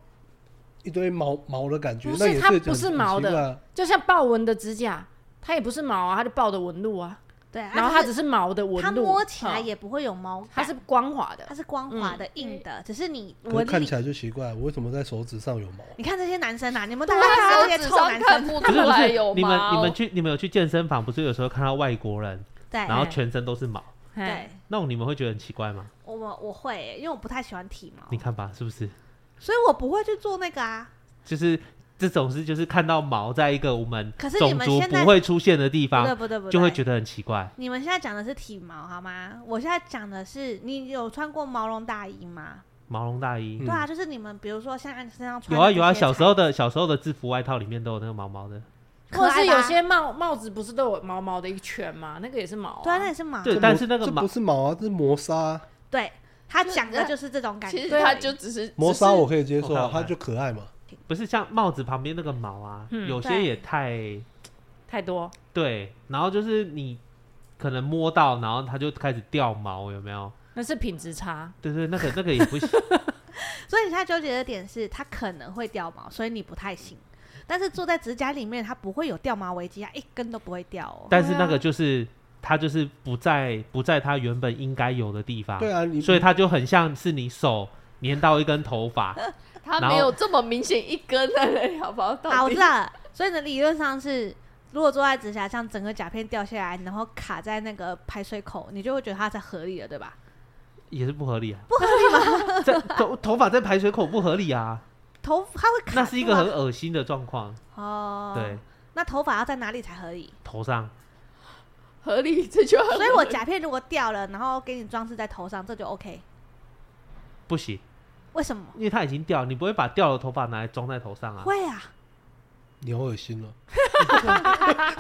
Speaker 1: 一堆毛毛的感觉，
Speaker 6: 不是
Speaker 1: 那也
Speaker 6: 它
Speaker 1: 很
Speaker 6: 不是毛
Speaker 1: 很奇
Speaker 6: 的
Speaker 1: 怪啊
Speaker 6: 就像豹纹的指甲，它也不是毛啊，它就豹的纹路啊。
Speaker 5: 对，啊
Speaker 6: 然后
Speaker 5: 它
Speaker 6: 它只是毛的纹
Speaker 5: 它
Speaker 6: 路，
Speaker 5: 摸起来
Speaker 6: 嗯
Speaker 5: 也不会有毛
Speaker 6: 它
Speaker 5: 感，
Speaker 6: 是嗯光滑的
Speaker 5: 它。是光滑的、硬的，只是你
Speaker 1: 可是
Speaker 5: 纹
Speaker 1: 看
Speaker 5: 理
Speaker 1: 起。来就奇怪，我为什么在手指上有毛？
Speaker 5: 你看这些男生啊，你们大
Speaker 3: 对
Speaker 5: 家看到
Speaker 3: 啊，
Speaker 5: 这
Speaker 3: 手
Speaker 5: 些
Speaker 3: 指
Speaker 5: 臭
Speaker 3: 上
Speaker 5: 男
Speaker 3: 看
Speaker 5: 生，
Speaker 3: 不
Speaker 4: 不
Speaker 3: 出
Speaker 4: 是不
Speaker 3: 来
Speaker 4: 是
Speaker 3: 有毛。
Speaker 4: 你们你们去你们有去健身房，不是有时候看到外国人，
Speaker 5: 对
Speaker 4: 然后全身都是毛，
Speaker 5: 对
Speaker 6: 哎，，
Speaker 4: 那种你们会觉得很奇怪吗？
Speaker 5: 我我会欸、因为我不太喜欢体毛
Speaker 4: 你，看吧，是不是？
Speaker 5: 所以我不会去做那个啊。
Speaker 4: 就是这种事，就是看到毛在一个我们
Speaker 5: 可是你
Speaker 4: 种
Speaker 5: 们
Speaker 4: 族
Speaker 5: 现在
Speaker 4: 不会出现的地
Speaker 5: 不对
Speaker 4: 方，
Speaker 5: 不对不对，
Speaker 4: 就会觉得很奇怪。
Speaker 5: 你们现在讲的是体毛好吗？我现在讲的是你有穿过毛绒大衣吗？
Speaker 4: 毛绒大衣
Speaker 1: 嗯
Speaker 5: 对啊，就是你们比如说像身上穿
Speaker 4: 有啊
Speaker 5: 的这
Speaker 4: 有啊，
Speaker 5: 些
Speaker 4: 小时
Speaker 5: 材
Speaker 4: 候的小时候的制服外套里面都有那个毛毛的，
Speaker 5: 可
Speaker 6: 或者
Speaker 5: 爱
Speaker 6: 是有
Speaker 5: 吧
Speaker 6: 些帽帽子不是都有毛毛的一圈吗？那个也是毛、啊。
Speaker 5: 对啊，那也是毛啊，
Speaker 4: 对
Speaker 1: 这
Speaker 4: 但
Speaker 1: 不
Speaker 4: 是那个
Speaker 1: 这
Speaker 4: 毛
Speaker 1: 不是毛啊，这是磨砂啊，
Speaker 5: 对他
Speaker 3: 就
Speaker 5: 讲的
Speaker 3: 那
Speaker 5: 就是这种感
Speaker 3: 其
Speaker 5: 觉，
Speaker 3: 实
Speaker 6: 啊
Speaker 3: 它
Speaker 4: 啊
Speaker 3: 就只是
Speaker 1: 磨砂我可以接受
Speaker 4: 我看
Speaker 1: 啊
Speaker 4: 我，看
Speaker 1: 它就可爱嘛。
Speaker 4: 不是像帽子旁边那个毛啊，
Speaker 6: 嗯
Speaker 4: 有些
Speaker 5: 对
Speaker 4: 也太
Speaker 6: 太多。
Speaker 4: 对，然后就是你可能摸到，然后它就开始掉毛，有没有？
Speaker 6: 那是品质差，
Speaker 4: 对对，那个那个也不行。
Speaker 5: 所以你现在纠结的点是它可能会掉毛，所以你不太行。但是坐在指甲里面，它不会有掉毛危机啊，一根都不会掉哦。
Speaker 4: 但是那个就是它就是不在不在它原本应该有的地方，
Speaker 1: 对啊，你
Speaker 4: 所以它就很像是你手粘到一根头发，
Speaker 3: 它
Speaker 4: 然
Speaker 3: 没有
Speaker 4: 后
Speaker 3: 这么明显一根在那里，好不好？到
Speaker 5: 好
Speaker 3: 底
Speaker 5: 了，所以呢，理论上是，如果坐在指甲上，整个甲片掉下来，然后卡在那个排水口，你就会觉得它才合理了，对吧？
Speaker 4: 也是不合理啊，不合理吗？ 在头头发在排水口不合理啊，
Speaker 5: 头它会卡住啊、
Speaker 4: 那是一个很恶心的状况，
Speaker 5: 哦，
Speaker 4: 对，，
Speaker 5: 那头发要在哪里才合理？
Speaker 4: 头上
Speaker 3: 合理，这就很
Speaker 5: 所以我甲片如果掉了，然后给你装饰在头上，这就 OK。
Speaker 4: 不行，
Speaker 5: 为什么？
Speaker 4: 因为它已经掉了，你不会把掉的头发拿来装在头上啊，
Speaker 5: 会啊，
Speaker 1: 你好恶心哦。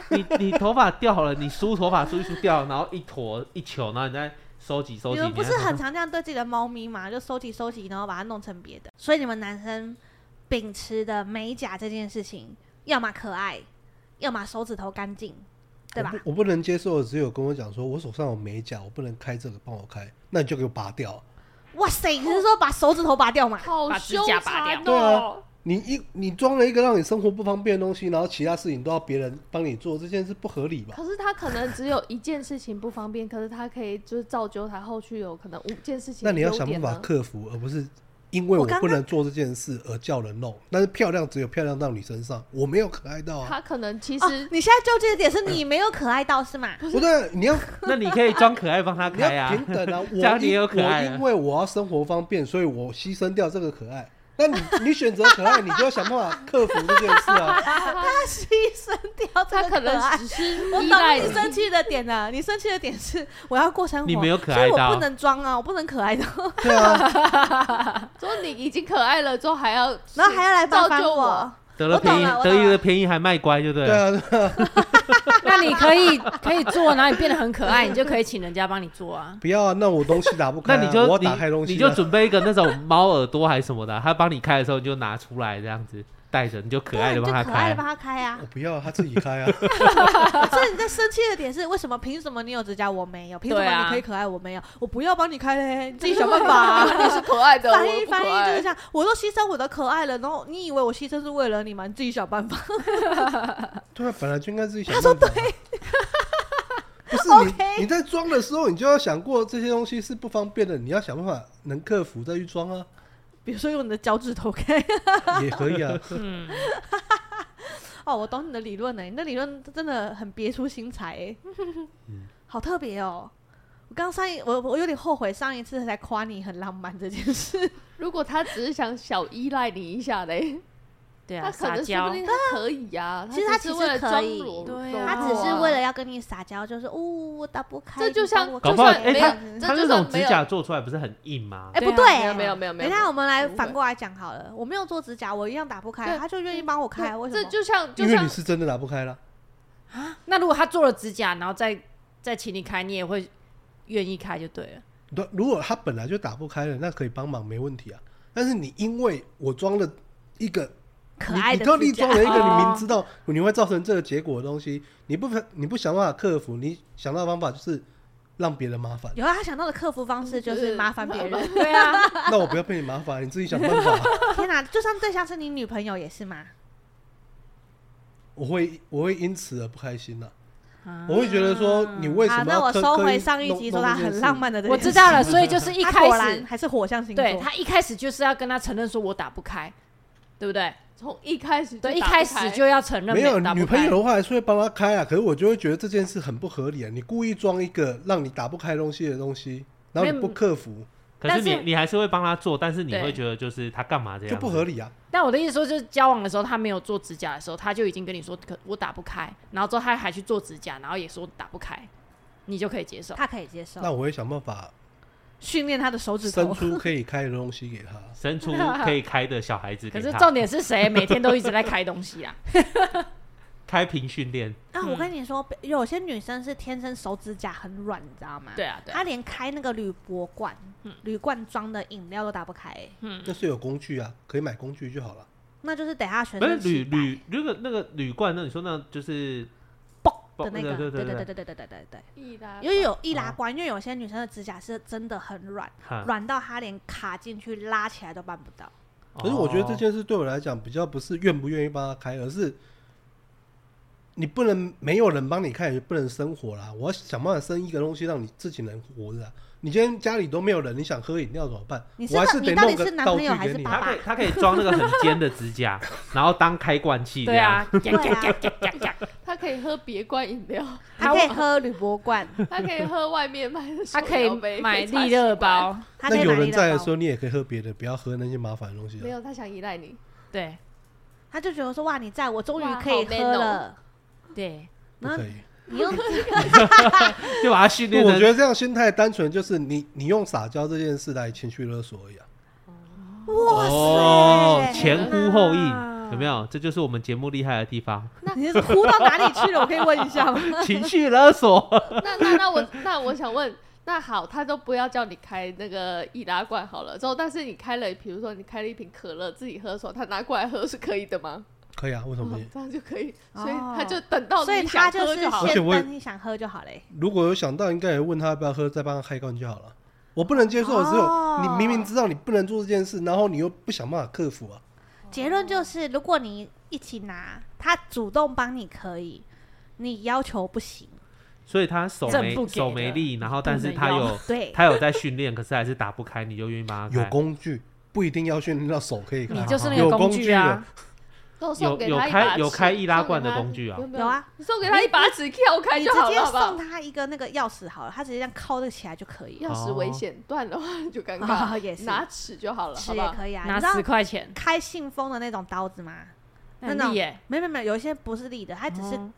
Speaker 4: 你你头发掉了，你梳头发梳一梳掉了，然后一坨一球，然后你再收集收
Speaker 5: 你
Speaker 4: 集，
Speaker 5: 们不
Speaker 4: 你
Speaker 5: 是
Speaker 4: 还
Speaker 5: 很常这样对自己的猫咪吗？就收集收集，然后把它弄成别的。所以你们男生秉持的美甲这件事情，要么可爱，要么手指头干净，对吧
Speaker 1: 我？不我不能接受的只有跟我讲说，我手上有美甲，我不能开这个，帮我开，那你就给我拔掉。啊
Speaker 5: 哇塞，你是说把手指头拔掉嘛？
Speaker 3: 好
Speaker 4: 哦
Speaker 6: 把指
Speaker 3: 凶
Speaker 6: 甲拔
Speaker 3: 残
Speaker 1: 掉对啊
Speaker 3: 哦。
Speaker 1: 你一你装了一个让你生活不方便的东西，然后其他事情都要别人帮你做，这件事不合理吧？
Speaker 3: 可是他可能只有一件事情不方便，可是他可以就是造就他后续有可能五件事情
Speaker 1: 那
Speaker 3: 的
Speaker 1: 你要
Speaker 3: 优
Speaker 1: 想
Speaker 3: 点
Speaker 1: 办法
Speaker 3: 呢
Speaker 1: 克服，而不是因为
Speaker 5: 啊我
Speaker 1: 我
Speaker 5: 刚刚
Speaker 1: 不能做这件事而叫人弄。但是漂亮只有漂亮到你身上，我没有可爱到啊。
Speaker 3: 他可能其
Speaker 5: 哦
Speaker 3: 实、，
Speaker 5: 你现在纠结的点是你没有可爱到是吗？
Speaker 1: 不对， 你要
Speaker 4: 那你可以装可爱帮他
Speaker 1: 你
Speaker 4: 开
Speaker 1: 要
Speaker 4: 啊，
Speaker 1: 平等啊！
Speaker 4: 这样
Speaker 1: 我
Speaker 4: 你也
Speaker 1: 因
Speaker 4: 有可爱
Speaker 1: 我
Speaker 4: 啊
Speaker 1: 因为我要生活方便，所以我牺牲掉这个可爱。那你你选择可爱，你就要想办法克服这件事啊。
Speaker 5: 他 牺牲掉这
Speaker 3: 他
Speaker 5: 个
Speaker 3: 可
Speaker 5: 可
Speaker 3: 能
Speaker 5: 爱
Speaker 3: 只是
Speaker 5: 我
Speaker 3: 依
Speaker 5: 懂了
Speaker 3: 赖
Speaker 5: 你生气的点了，你生气的点是我要过生活，
Speaker 4: 你没有可
Speaker 5: 所
Speaker 4: 爱
Speaker 5: 以
Speaker 4: 到
Speaker 5: 我不能装啊，我不能可爱到，
Speaker 1: 对啊，
Speaker 3: 说你已经可爱了之后还要，
Speaker 5: 然后还要来
Speaker 3: 造
Speaker 5: 麻
Speaker 3: 就
Speaker 5: 烦我。
Speaker 4: 得了
Speaker 5: 我懂
Speaker 4: 便宜
Speaker 5: 了我，
Speaker 4: 得
Speaker 5: 懂
Speaker 4: 一
Speaker 5: 了
Speaker 4: 个便宜还卖乖， 就对
Speaker 1: 对
Speaker 4: 了。
Speaker 1: 啊， 对啊
Speaker 6: 那你可以可以做，然后你变得很可爱，你就可以请人家帮你做啊。
Speaker 1: 不要啊，那我东西打不开
Speaker 4: 那
Speaker 1: 啊，
Speaker 4: 你就
Speaker 1: 我要
Speaker 4: 你
Speaker 1: 打开东西啊，
Speaker 4: 你就准备一个那种猫耳朵还是什么的啊，他帮你开的时候你就拿出来这样子带着，你就可爱的
Speaker 5: 对
Speaker 4: 帮他
Speaker 5: 啊你就可爱
Speaker 4: 开
Speaker 5: 的帮。他开啊
Speaker 1: 我！不要，他自己开啊。
Speaker 5: 所以你在生气的点是为什么？凭什么你有指甲我没有？凭什
Speaker 6: 对
Speaker 5: 么
Speaker 6: 啊
Speaker 5: 你可以可爱我没有？我不要帮你开 嘞，你自己想办法 啊。
Speaker 3: 你是可爱的，
Speaker 5: 翻
Speaker 3: 我
Speaker 5: 译
Speaker 3: 不可
Speaker 5: 翻译就是
Speaker 3: 爱
Speaker 5: 这样，我都牺牲我的可爱了，然后你以为我牺牲是为了你吗？你自己想办法。
Speaker 1: 对啊，本来就应该自己想办法啊。 不是
Speaker 5: OK
Speaker 1: 你，你在装的时候，你就要想过这些东西是不方便的，你要想办法能克服再去装 啊，
Speaker 5: 比如说用你的脚趾头 开。
Speaker 1: 也可以啊。
Speaker 6: 嗯，
Speaker 5: 哦，我懂你的理论呢，你的理论真的很别出心裁欸，好特别哦。我刚上一我我有点后悔上一次才夸你很浪漫这件事，
Speaker 3: 如果他只是想小依赖你一下嘞，
Speaker 6: 对啊，
Speaker 3: 他可
Speaker 6: 撒
Speaker 3: 能说
Speaker 6: 娇
Speaker 3: 不。定他可以呀。
Speaker 5: 其实
Speaker 3: 他
Speaker 5: 他
Speaker 3: 只是
Speaker 5: 啊其实
Speaker 3: 为了
Speaker 5: 可
Speaker 3: 装
Speaker 5: 以
Speaker 3: 柔
Speaker 6: 对
Speaker 3: 柔
Speaker 6: 啊
Speaker 5: 他
Speaker 3: 弱
Speaker 5: 只是
Speaker 3: 啊
Speaker 5: 为了要跟你撒娇，就是呜、我打不开。
Speaker 3: 这就
Speaker 5: 你
Speaker 3: 像
Speaker 5: 帮我
Speaker 4: 搞
Speaker 3: 就
Speaker 4: 不好，
Speaker 3: 算
Speaker 4: 哎、
Speaker 3: 没有
Speaker 4: 他
Speaker 3: 这
Speaker 4: 他
Speaker 3: 就
Speaker 4: 那
Speaker 3: 算
Speaker 4: 种指
Speaker 3: 没有
Speaker 4: 甲做出来不是很硬吗？
Speaker 5: 哎、
Speaker 6: 对
Speaker 5: 不
Speaker 6: 啊
Speaker 5: 对，
Speaker 3: 没有没有没有没有
Speaker 5: 等一下我们来
Speaker 3: 不会
Speaker 5: 反过来讲好了，我没有做指甲，我一样打不开，
Speaker 3: 对
Speaker 5: 他就愿意帮我开，为什么？
Speaker 3: 这就像就
Speaker 1: 因为你
Speaker 3: 像
Speaker 1: 是真的打不开了，
Speaker 6: 那如果他做了指甲，然后再再请你开，你也会愿意开就对了。
Speaker 1: 对，如果他本来就打不开了，那可以帮忙没问题啊。但是你因为我装了一个
Speaker 5: 可爱
Speaker 1: 你你
Speaker 5: 的啊
Speaker 1: 特地
Speaker 5: 指甲
Speaker 1: 装，了一个你明
Speaker 6: 哦
Speaker 1: 知道你会造成这个结果的东西，你不你不想办法克服，你想到的方法就是让别人麻 烦。
Speaker 5: 有啊，他想到的克服方式
Speaker 3: 嗯
Speaker 5: 就是麻烦别人。
Speaker 6: 对啊，
Speaker 1: 那我不要被你麻烦，你自己想办法。
Speaker 5: 天哪、就算对象是你女朋友也是嘛？
Speaker 1: 我会我会因此而不开心了、我会觉得说你 为什
Speaker 5: 啊好，
Speaker 1: 么
Speaker 5: 那
Speaker 1: 要
Speaker 5: 我
Speaker 1: 刻
Speaker 5: 收
Speaker 1: 刻意
Speaker 5: 回上一集
Speaker 1: 弄弄
Speaker 5: 说他
Speaker 1: 这件
Speaker 5: 很
Speaker 1: 事
Speaker 5: 浪漫的 这
Speaker 6: 我
Speaker 5: 件
Speaker 6: 知
Speaker 5: 事
Speaker 6: 道了，所以就是一
Speaker 5: 他
Speaker 6: 开
Speaker 5: 果
Speaker 6: 始
Speaker 5: 然，还是火象星座，
Speaker 6: 对他一开始就是要跟他承认说我打不开，对不对？
Speaker 3: 从一开始
Speaker 6: 对，
Speaker 3: 打
Speaker 6: 一
Speaker 3: 不
Speaker 6: 开始就要承认
Speaker 1: 没有
Speaker 6: 打不
Speaker 1: 女朋
Speaker 6: 开
Speaker 1: 友。的话还是会帮他开啊，可是我就会觉得这件事很不合理啊！你故意装一个让你打不开东西的东西，然后你
Speaker 6: 没有
Speaker 1: 不克服，
Speaker 4: 可是
Speaker 6: 但
Speaker 4: 你
Speaker 6: 是
Speaker 4: 你还是会帮他做，但是你
Speaker 6: 对
Speaker 4: 会觉得就是他干嘛这样
Speaker 1: 就
Speaker 4: 子
Speaker 1: 不合。理啊！
Speaker 6: 但我的意思说，就是交往的时候，他没有做指甲的时候，他就已经跟你说可我打不开，然后之后他还去做指甲，然后也说打不开，你就可以接受。
Speaker 5: 他可以接受
Speaker 1: 那我会想办法
Speaker 5: 训练他的手指
Speaker 1: 伸
Speaker 5: 头。
Speaker 1: 出可以开的东西给他。
Speaker 4: 生出可以开的小孩子
Speaker 6: 可
Speaker 4: 给
Speaker 6: 是
Speaker 4: 他，
Speaker 6: 重点是谁每天都一直在开东 西啊？
Speaker 4: 开屏训练，
Speaker 5: 啊，
Speaker 3: 嗯
Speaker 5: 我跟你说，有些女生是天生手指甲很软，你知道吗？
Speaker 6: 对，啊，对啊
Speaker 5: 她连开那个铝箔罐、
Speaker 3: 嗯
Speaker 5: 铝罐装的饮料都打不开，欸
Speaker 6: 嗯
Speaker 1: 那是有工具啊，可以买工具就好了。
Speaker 5: 那就是等下学
Speaker 4: 不是
Speaker 5: 生
Speaker 4: 铝
Speaker 5: 时代
Speaker 4: 铝那个那个铝罐，那你说那就是
Speaker 5: 嘣
Speaker 4: 嘣
Speaker 5: 的那个，
Speaker 4: 对对对
Speaker 5: 对对
Speaker 4: 对
Speaker 5: 对对对对对对，
Speaker 3: 一拉
Speaker 5: 因为有易拉罐，因为有些女生的指甲是真的很软，
Speaker 3: 嗯
Speaker 4: 哈。
Speaker 5: 软到她连卡进去拉起来都办不 到。
Speaker 1: 可是我觉得这
Speaker 4: 哦
Speaker 1: 件事对我来讲比较不是愿不愿意帮他开，而是你不能没有人帮你开，也不能生活啦。我要想办法生一个东西让你自己能活着、啊。你今天家里都没有人，你想喝饮料怎么办？
Speaker 5: 你是
Speaker 1: 我还
Speaker 5: 个
Speaker 1: 是
Speaker 5: 你
Speaker 1: 得
Speaker 5: 到底
Speaker 1: 弄个
Speaker 5: 是男
Speaker 1: 道
Speaker 5: 朋友
Speaker 1: 具
Speaker 5: 还
Speaker 1: 给
Speaker 5: 是
Speaker 1: 你
Speaker 5: 爸
Speaker 1: 啊。
Speaker 4: 它可以它可以装那个很尖的指甲，然后当开罐器这
Speaker 6: 对
Speaker 4: 样。
Speaker 6: 啊，对
Speaker 5: 对啊
Speaker 3: 他可以喝别罐饮 料，
Speaker 5: 她可以喝铝 箔罐，
Speaker 3: 他可以喝外面卖的
Speaker 6: 他
Speaker 3: 手
Speaker 6: 可
Speaker 3: 摇杯，
Speaker 6: 以买
Speaker 3: 非常
Speaker 6: 利乐
Speaker 4: 啊
Speaker 3: 喜欢。
Speaker 6: 包，
Speaker 5: 她可
Speaker 1: 那
Speaker 5: 以
Speaker 1: 有
Speaker 5: 买
Speaker 1: 人
Speaker 5: 力
Speaker 1: 在
Speaker 5: 乐
Speaker 1: 的
Speaker 5: 包
Speaker 1: 时。候，你也可以喝别的，不要喝那些麻烦的东西
Speaker 3: 没
Speaker 1: 啊。
Speaker 3: 有，他想依赖你。
Speaker 6: 对
Speaker 5: 她就觉得说哇，你在我终
Speaker 3: 哇
Speaker 5: 于可以
Speaker 3: 好
Speaker 5: 喝
Speaker 3: man 哦
Speaker 5: 了。
Speaker 6: 对，
Speaker 1: 不
Speaker 5: 然后
Speaker 1: 可以。
Speaker 5: 你用
Speaker 4: 就把它训
Speaker 1: 不，
Speaker 4: 练
Speaker 1: 我觉
Speaker 4: 成。
Speaker 1: 得这样心态单纯，就是你你用撒娇这件事来情绪勒索而已啊。
Speaker 5: 哇
Speaker 1: 哦
Speaker 5: 塞，
Speaker 4: 哦前呼后
Speaker 6: 啊
Speaker 4: 应，有没有？这就是我们节目厉害的地方，
Speaker 5: 你是呼到哪里去了？我可以问一下 吗？
Speaker 4: 情绪勒索。
Speaker 3: 那那那我那我想问，那好，他都不要叫你开那个易拉罐好了，之后但是你开了，比如说你开了一瓶可乐自己喝的时候，他拿过来喝是可以的吗？
Speaker 1: 可以啊，为什么不
Speaker 3: 哦
Speaker 1: 行？
Speaker 3: 这样就可以，
Speaker 5: 哦
Speaker 3: 所以他就等到
Speaker 5: 所以
Speaker 3: 你想
Speaker 5: 他就
Speaker 3: 喝
Speaker 5: 是
Speaker 3: 好
Speaker 1: 而
Speaker 3: 了。
Speaker 1: 且
Speaker 5: 先
Speaker 1: 我也
Speaker 5: 等你想喝就好嘞。
Speaker 1: 如果有想到，应该也问他要不要喝，再帮他开罐就好了。我不能接受的只
Speaker 5: 哦
Speaker 1: 有你明明知道你不能做这件事，然后你又不想办法克服啊。
Speaker 5: 结论就是，如果你一起拿，他主动帮你可以，你要求不行。
Speaker 4: 所以他手
Speaker 6: 正
Speaker 4: 没
Speaker 6: 不给的
Speaker 4: 手没力，然后但是
Speaker 6: 不能
Speaker 4: 他
Speaker 6: 用
Speaker 1: 哦
Speaker 4: 有
Speaker 5: 对，
Speaker 4: 他有在训练，可是还是打不开，你就愿意帮他
Speaker 1: 有
Speaker 4: 开。
Speaker 1: 工具不一定要训练到手可以开
Speaker 6: 你，就是那
Speaker 1: 有
Speaker 6: 个
Speaker 1: 工
Speaker 6: 工
Speaker 1: 具
Speaker 6: 具啊。
Speaker 3: 那我
Speaker 4: 有
Speaker 3: 送给
Speaker 4: 有
Speaker 3: 他一把
Speaker 4: 开
Speaker 3: 尺
Speaker 4: 有开易拉
Speaker 3: 送给
Speaker 4: 罐的
Speaker 3: 他
Speaker 4: 工具啊，
Speaker 3: 有没
Speaker 5: 有
Speaker 3: 有？
Speaker 5: 啊，
Speaker 3: 你送给他一把尺撬开
Speaker 5: 你
Speaker 3: 就
Speaker 5: 直
Speaker 3: 好
Speaker 5: 接
Speaker 3: 了，好不
Speaker 5: 送
Speaker 3: 好？
Speaker 5: 他一个那个钥匙好了，他直接这样抠得起来就可以 了。
Speaker 3: 钥匙
Speaker 1: 哦
Speaker 3: 危险断的话 就尴
Speaker 5: 啊
Speaker 3: 尬，
Speaker 5: 也是
Speaker 3: 拿尺就好了，好
Speaker 5: 吃
Speaker 3: 不
Speaker 5: 也
Speaker 3: 好？
Speaker 5: 可以啊，你
Speaker 6: 拿
Speaker 5: 知道
Speaker 6: 十块钱，
Speaker 5: 开信封的那种刀子吗？那
Speaker 6: 很
Speaker 5: 种
Speaker 3: 哦
Speaker 6: 厉害，
Speaker 5: 没没没，有一些不是立的，它只是
Speaker 6: 哦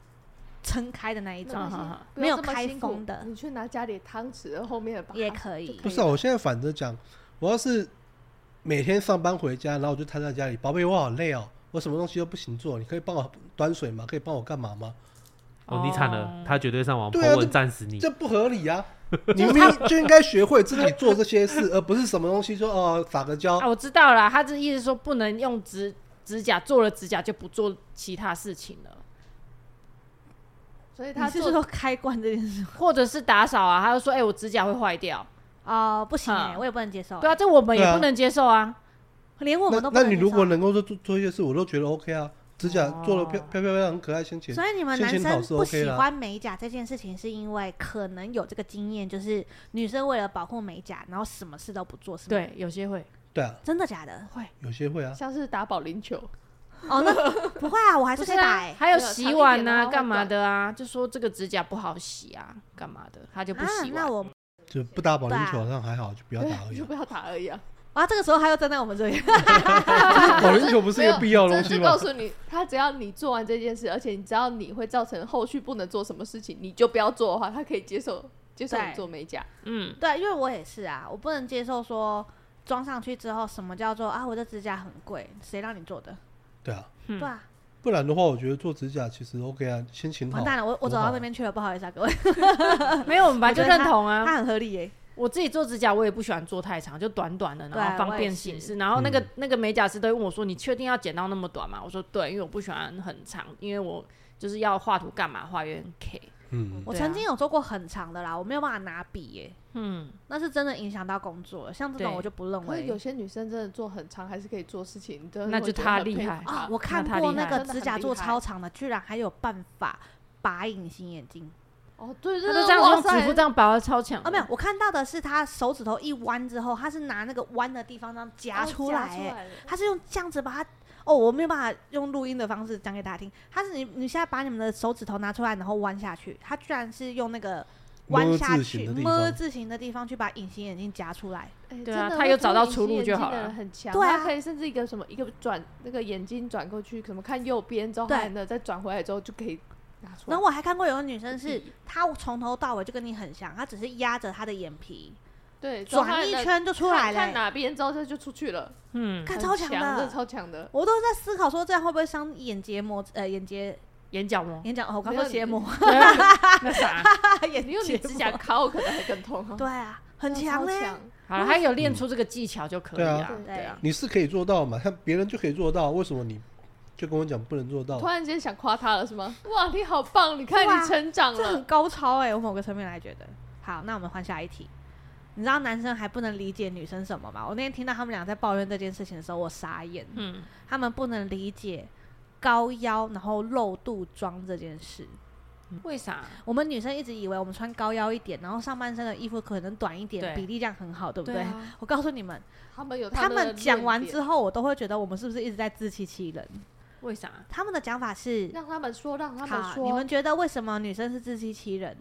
Speaker 5: 撑开的那一
Speaker 3: 那
Speaker 5: 种，
Speaker 3: 东
Speaker 6: 好
Speaker 3: 西
Speaker 6: 好
Speaker 1: 哦
Speaker 6: 好
Speaker 3: 不
Speaker 5: 没
Speaker 3: 用
Speaker 5: 有
Speaker 3: 这么
Speaker 5: 开
Speaker 3: 辛苦
Speaker 5: 封的
Speaker 3: 你去拿家里汤匙的后面的把
Speaker 5: 也
Speaker 3: 它
Speaker 5: 可
Speaker 3: 就
Speaker 5: 以
Speaker 3: 可
Speaker 1: 不是啊，
Speaker 3: 了
Speaker 1: 我现在反着讲，我要是每天上班回家，然后我就瘫在家里，宝贝，我好累哦，我什么东西都不行做，你可以帮我端水吗？可以帮我干嘛吗？
Speaker 4: 哦，你惨了，他绝对上网破
Speaker 1: 对啊
Speaker 4: 问
Speaker 1: 这
Speaker 4: 战死你。
Speaker 1: 这不合理 啊！你明明就应该学会自己做这些事，而不是什么东西说哦撒个娇
Speaker 6: 啊，，我知道了，他这意思说不能用指指甲做了指甲就不做其他事情了，
Speaker 3: 所以
Speaker 5: 你
Speaker 3: 他
Speaker 5: 是
Speaker 3: 做
Speaker 5: 说开罐这件事吗？
Speaker 6: 或者是打扫啊，他就说哎、我指甲会坏掉，
Speaker 5: 哦，不行哎、
Speaker 6: 嗯
Speaker 5: 我也不能接受、
Speaker 6: 对啊，这我们
Speaker 1: 对
Speaker 6: 也
Speaker 1: 啊
Speaker 6: 不能接受啊，
Speaker 5: 连我们
Speaker 1: 那
Speaker 5: 都不
Speaker 1: 那
Speaker 5: 能
Speaker 1: 你
Speaker 5: 接
Speaker 1: 如果
Speaker 5: 受。
Speaker 1: 能够做做做一些事，我都觉得 OK 啊。指甲做的漂
Speaker 6: 哦
Speaker 1: 漂漂亮亮、很可爱、先前
Speaker 5: 所以你们
Speaker 1: 心
Speaker 5: 男
Speaker 1: 情
Speaker 5: 生
Speaker 1: 好是
Speaker 5: 不
Speaker 1: OK
Speaker 5: 喜
Speaker 1: 啦
Speaker 5: 欢美甲这件事情，是因为可能有这个经验，就是女生为了保护美甲，然后什么事都不做，是吗？，
Speaker 6: 对，有些会，
Speaker 1: 对啊，
Speaker 5: 真的假的？
Speaker 1: 有些会啊。
Speaker 3: 像是打保龄球，
Speaker 5: 哦，那不会啊，我还是
Speaker 6: 不
Speaker 5: 可
Speaker 6: 是
Speaker 5: 以打、欸
Speaker 6: 啊，。还有
Speaker 3: 没有
Speaker 6: 洗
Speaker 3: 长一
Speaker 6: 碗
Speaker 3: 点的话
Speaker 5: 哦
Speaker 6: 啊，
Speaker 3: 会
Speaker 6: 干嘛
Speaker 3: 断
Speaker 6: 的啊，就说这个指甲不好洗啊，干嘛的，他就不
Speaker 5: 啊，
Speaker 6: 洗碗
Speaker 5: 那。我
Speaker 1: 就不打保龄球
Speaker 5: 对啊
Speaker 1: 上还好，就不要 打而
Speaker 3: 对，
Speaker 1: 已
Speaker 3: 就。不要打而已啊。
Speaker 5: 啊，这个时候他又站在我们这边，
Speaker 1: 保龄球不是一
Speaker 3: 没
Speaker 1: 个
Speaker 3: 有
Speaker 1: 必要的
Speaker 3: 这
Speaker 1: 东西
Speaker 3: 就
Speaker 1: 吗
Speaker 3: 告？诉你，他只要你做完这件事，而且你知道你会造成后续不能做什么事情，你就不要做的话，他可以接受接受
Speaker 5: 对
Speaker 3: 你做美甲。
Speaker 6: 嗯，
Speaker 5: 对，因为我也是啊，我不能接受说装上去之后，什么叫做啊，我的指甲很贵，谁让你做的？
Speaker 1: 对啊，
Speaker 6: 嗯
Speaker 5: 对啊，
Speaker 1: 不然的话，我觉得做指甲其实 OK 啊，心情好
Speaker 5: 完。蛋了，我我走
Speaker 1: 多好
Speaker 5: 到
Speaker 1: 啊
Speaker 5: 那边去了，不好意思啊，各位，
Speaker 6: 没有，我们本来就
Speaker 5: 我觉得
Speaker 6: 认
Speaker 5: 他
Speaker 6: 同啊。
Speaker 5: 他很合理耶、
Speaker 6: 我自己做指甲，我也不喜欢做太长，就短短的，然后
Speaker 5: 对啊
Speaker 6: 方便
Speaker 5: 我
Speaker 6: 行
Speaker 5: 也是
Speaker 6: 事。然后那个、
Speaker 1: 嗯
Speaker 6: 那个美甲师都会问我说：“你确定要剪到那么短吗？”我说：“对，因为我不喜欢很长，因为我就是要画图干嘛，画圆 K。
Speaker 1: 嗯，
Speaker 5: 我
Speaker 6: 对
Speaker 5: 曾
Speaker 6: 啊
Speaker 5: 经有做过很长的啦，我没有办法拿笔耶、”
Speaker 6: 嗯，
Speaker 5: 那是真的影响到工作了。像这种
Speaker 6: 对
Speaker 5: 我就不认
Speaker 3: 可是
Speaker 5: 为
Speaker 3: 有些女生真的做很长，还是可以做事情，真的
Speaker 6: 那
Speaker 3: 会
Speaker 6: 就
Speaker 3: 觉得
Speaker 6: 她
Speaker 3: 很
Speaker 6: 厉
Speaker 3: 佩
Speaker 6: 害
Speaker 3: 服她
Speaker 5: 啊，我
Speaker 6: 那
Speaker 5: 看
Speaker 6: 他
Speaker 5: 过
Speaker 6: 厉
Speaker 5: 那
Speaker 6: 害
Speaker 5: 个
Speaker 3: 真的
Speaker 5: 指
Speaker 3: 很
Speaker 5: 甲
Speaker 3: 厉
Speaker 5: 做
Speaker 3: 害
Speaker 5: 超长的，居然还有办法拔隐形眼镜。
Speaker 3: 哦，对
Speaker 6: 他就
Speaker 3: 对对，
Speaker 6: 这样
Speaker 3: 哇
Speaker 6: 用指
Speaker 3: 塞
Speaker 6: 腹这样拔，超强的。
Speaker 5: 啊，没有，我看到的是他手指头一弯之后，他是拿那个弯的地方这样
Speaker 3: 哦
Speaker 5: 夹出来、欸，
Speaker 3: 了
Speaker 5: 他是用这样子把它。哦，我没有办法用录音的方式讲给大家听。他是你，你现在把你们的手指头拿出来，然后弯下去，他居然是用那个弯
Speaker 1: 么
Speaker 5: 下
Speaker 1: 字
Speaker 5: 去
Speaker 1: 形的地
Speaker 5: 么
Speaker 1: 方，
Speaker 5: 字形的地方去把隐形眼镜夹出来。
Speaker 3: 哎
Speaker 6: 对啊
Speaker 3: 真的
Speaker 6: 他
Speaker 3: 会
Speaker 6: 有找
Speaker 3: 做
Speaker 6: 到
Speaker 3: 隐
Speaker 6: 出
Speaker 3: 形
Speaker 6: 路
Speaker 3: 眼
Speaker 6: 就
Speaker 3: 睛
Speaker 6: 好
Speaker 3: 的人
Speaker 6: 了
Speaker 3: 很强，
Speaker 5: 对啊
Speaker 3: 他可以甚至一个什么一个转那个眼睛转过去，可能看右边之后，
Speaker 5: 对
Speaker 3: 还能再转回来之后就可以拿出来。
Speaker 5: 然后我还看过有个女生是，
Speaker 3: 嗯
Speaker 5: 她从头到尾就跟你很像，她只是压着她的眼皮
Speaker 3: 对之后他
Speaker 5: 转一
Speaker 3: 的
Speaker 5: 圈就出
Speaker 3: 看
Speaker 5: 来
Speaker 3: 看
Speaker 5: 了、
Speaker 3: 哪边之后他就出去了，
Speaker 6: 嗯，
Speaker 5: 看
Speaker 3: 很
Speaker 5: 超
Speaker 3: 强
Speaker 5: 的
Speaker 3: 这。超强 的。
Speaker 5: 我都在思考说这样会不会伤眼结膜？呃，眼结，
Speaker 6: 眼角膜
Speaker 5: 眼角，哦我刚
Speaker 3: 没有
Speaker 5: 说结膜，
Speaker 6: 对啊那啥，
Speaker 5: 眼
Speaker 3: 你用你
Speaker 5: 结
Speaker 3: 指
Speaker 5: 膜
Speaker 3: 甲敲，可能还更痛哦。
Speaker 5: 啊对啊，很
Speaker 3: 真的
Speaker 5: 强
Speaker 3: 超
Speaker 5: 嘞、
Speaker 3: 强
Speaker 6: 好了，他有练出这个技巧就可以
Speaker 1: 对啊
Speaker 6: 啦。
Speaker 3: 对
Speaker 6: 对啊，
Speaker 1: 你是可以做到嘛？ 看别人就可以做到，为什么你就跟我讲不能做到
Speaker 3: 突？然间想夸他了是吗？哇，你好棒！你看
Speaker 5: 哇
Speaker 3: 你成长
Speaker 5: 这很
Speaker 3: 了。
Speaker 5: 高超哎、我某个层面来觉得。好，那我们换下一题。你知道男生还不能理解女生什么吗？我那天听到他们俩在抱怨这件事情的时候，我傻眼。
Speaker 6: 嗯，
Speaker 5: 他们不能理解高腰然后露肚装这件事。
Speaker 6: 为啥？
Speaker 5: 我们女生一直以为我们穿高腰一点，然后上半身的衣服可能短一点，
Speaker 6: 对
Speaker 5: 比例这样很好，对不对？
Speaker 3: 啊，
Speaker 5: 我告诉你们，
Speaker 3: 他们有
Speaker 5: 他
Speaker 3: 们的
Speaker 5: 们讲
Speaker 3: 论
Speaker 5: 完
Speaker 3: 点
Speaker 5: 之后，我都会觉得我们是不是一直在自欺欺人？
Speaker 6: 为啥？
Speaker 5: 他们的讲法是，
Speaker 3: 让他们说，让他们
Speaker 5: 好，
Speaker 3: 说。
Speaker 5: 你们觉得为什么女生是自欺欺人？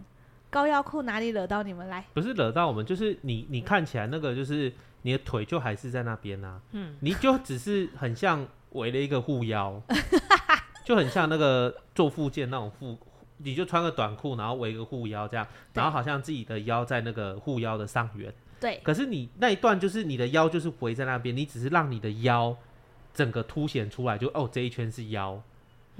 Speaker 5: 高腰裤哪里惹到你们来？
Speaker 4: 不是惹到我们，就是你你看起来那个就是你的腿就还是在那边啊，
Speaker 6: 嗯
Speaker 4: 你就只是很像围了一个护腰，就很像那个做附件那种护，你就穿个短裤，然后围个护腰这样，然后好像自己的腰在那个护腰的上缘，
Speaker 5: 对，
Speaker 4: 可是你那一段就是你的腰就是围在那边，你只是让你的腰整个凸显出来，就哦这一圈是腰。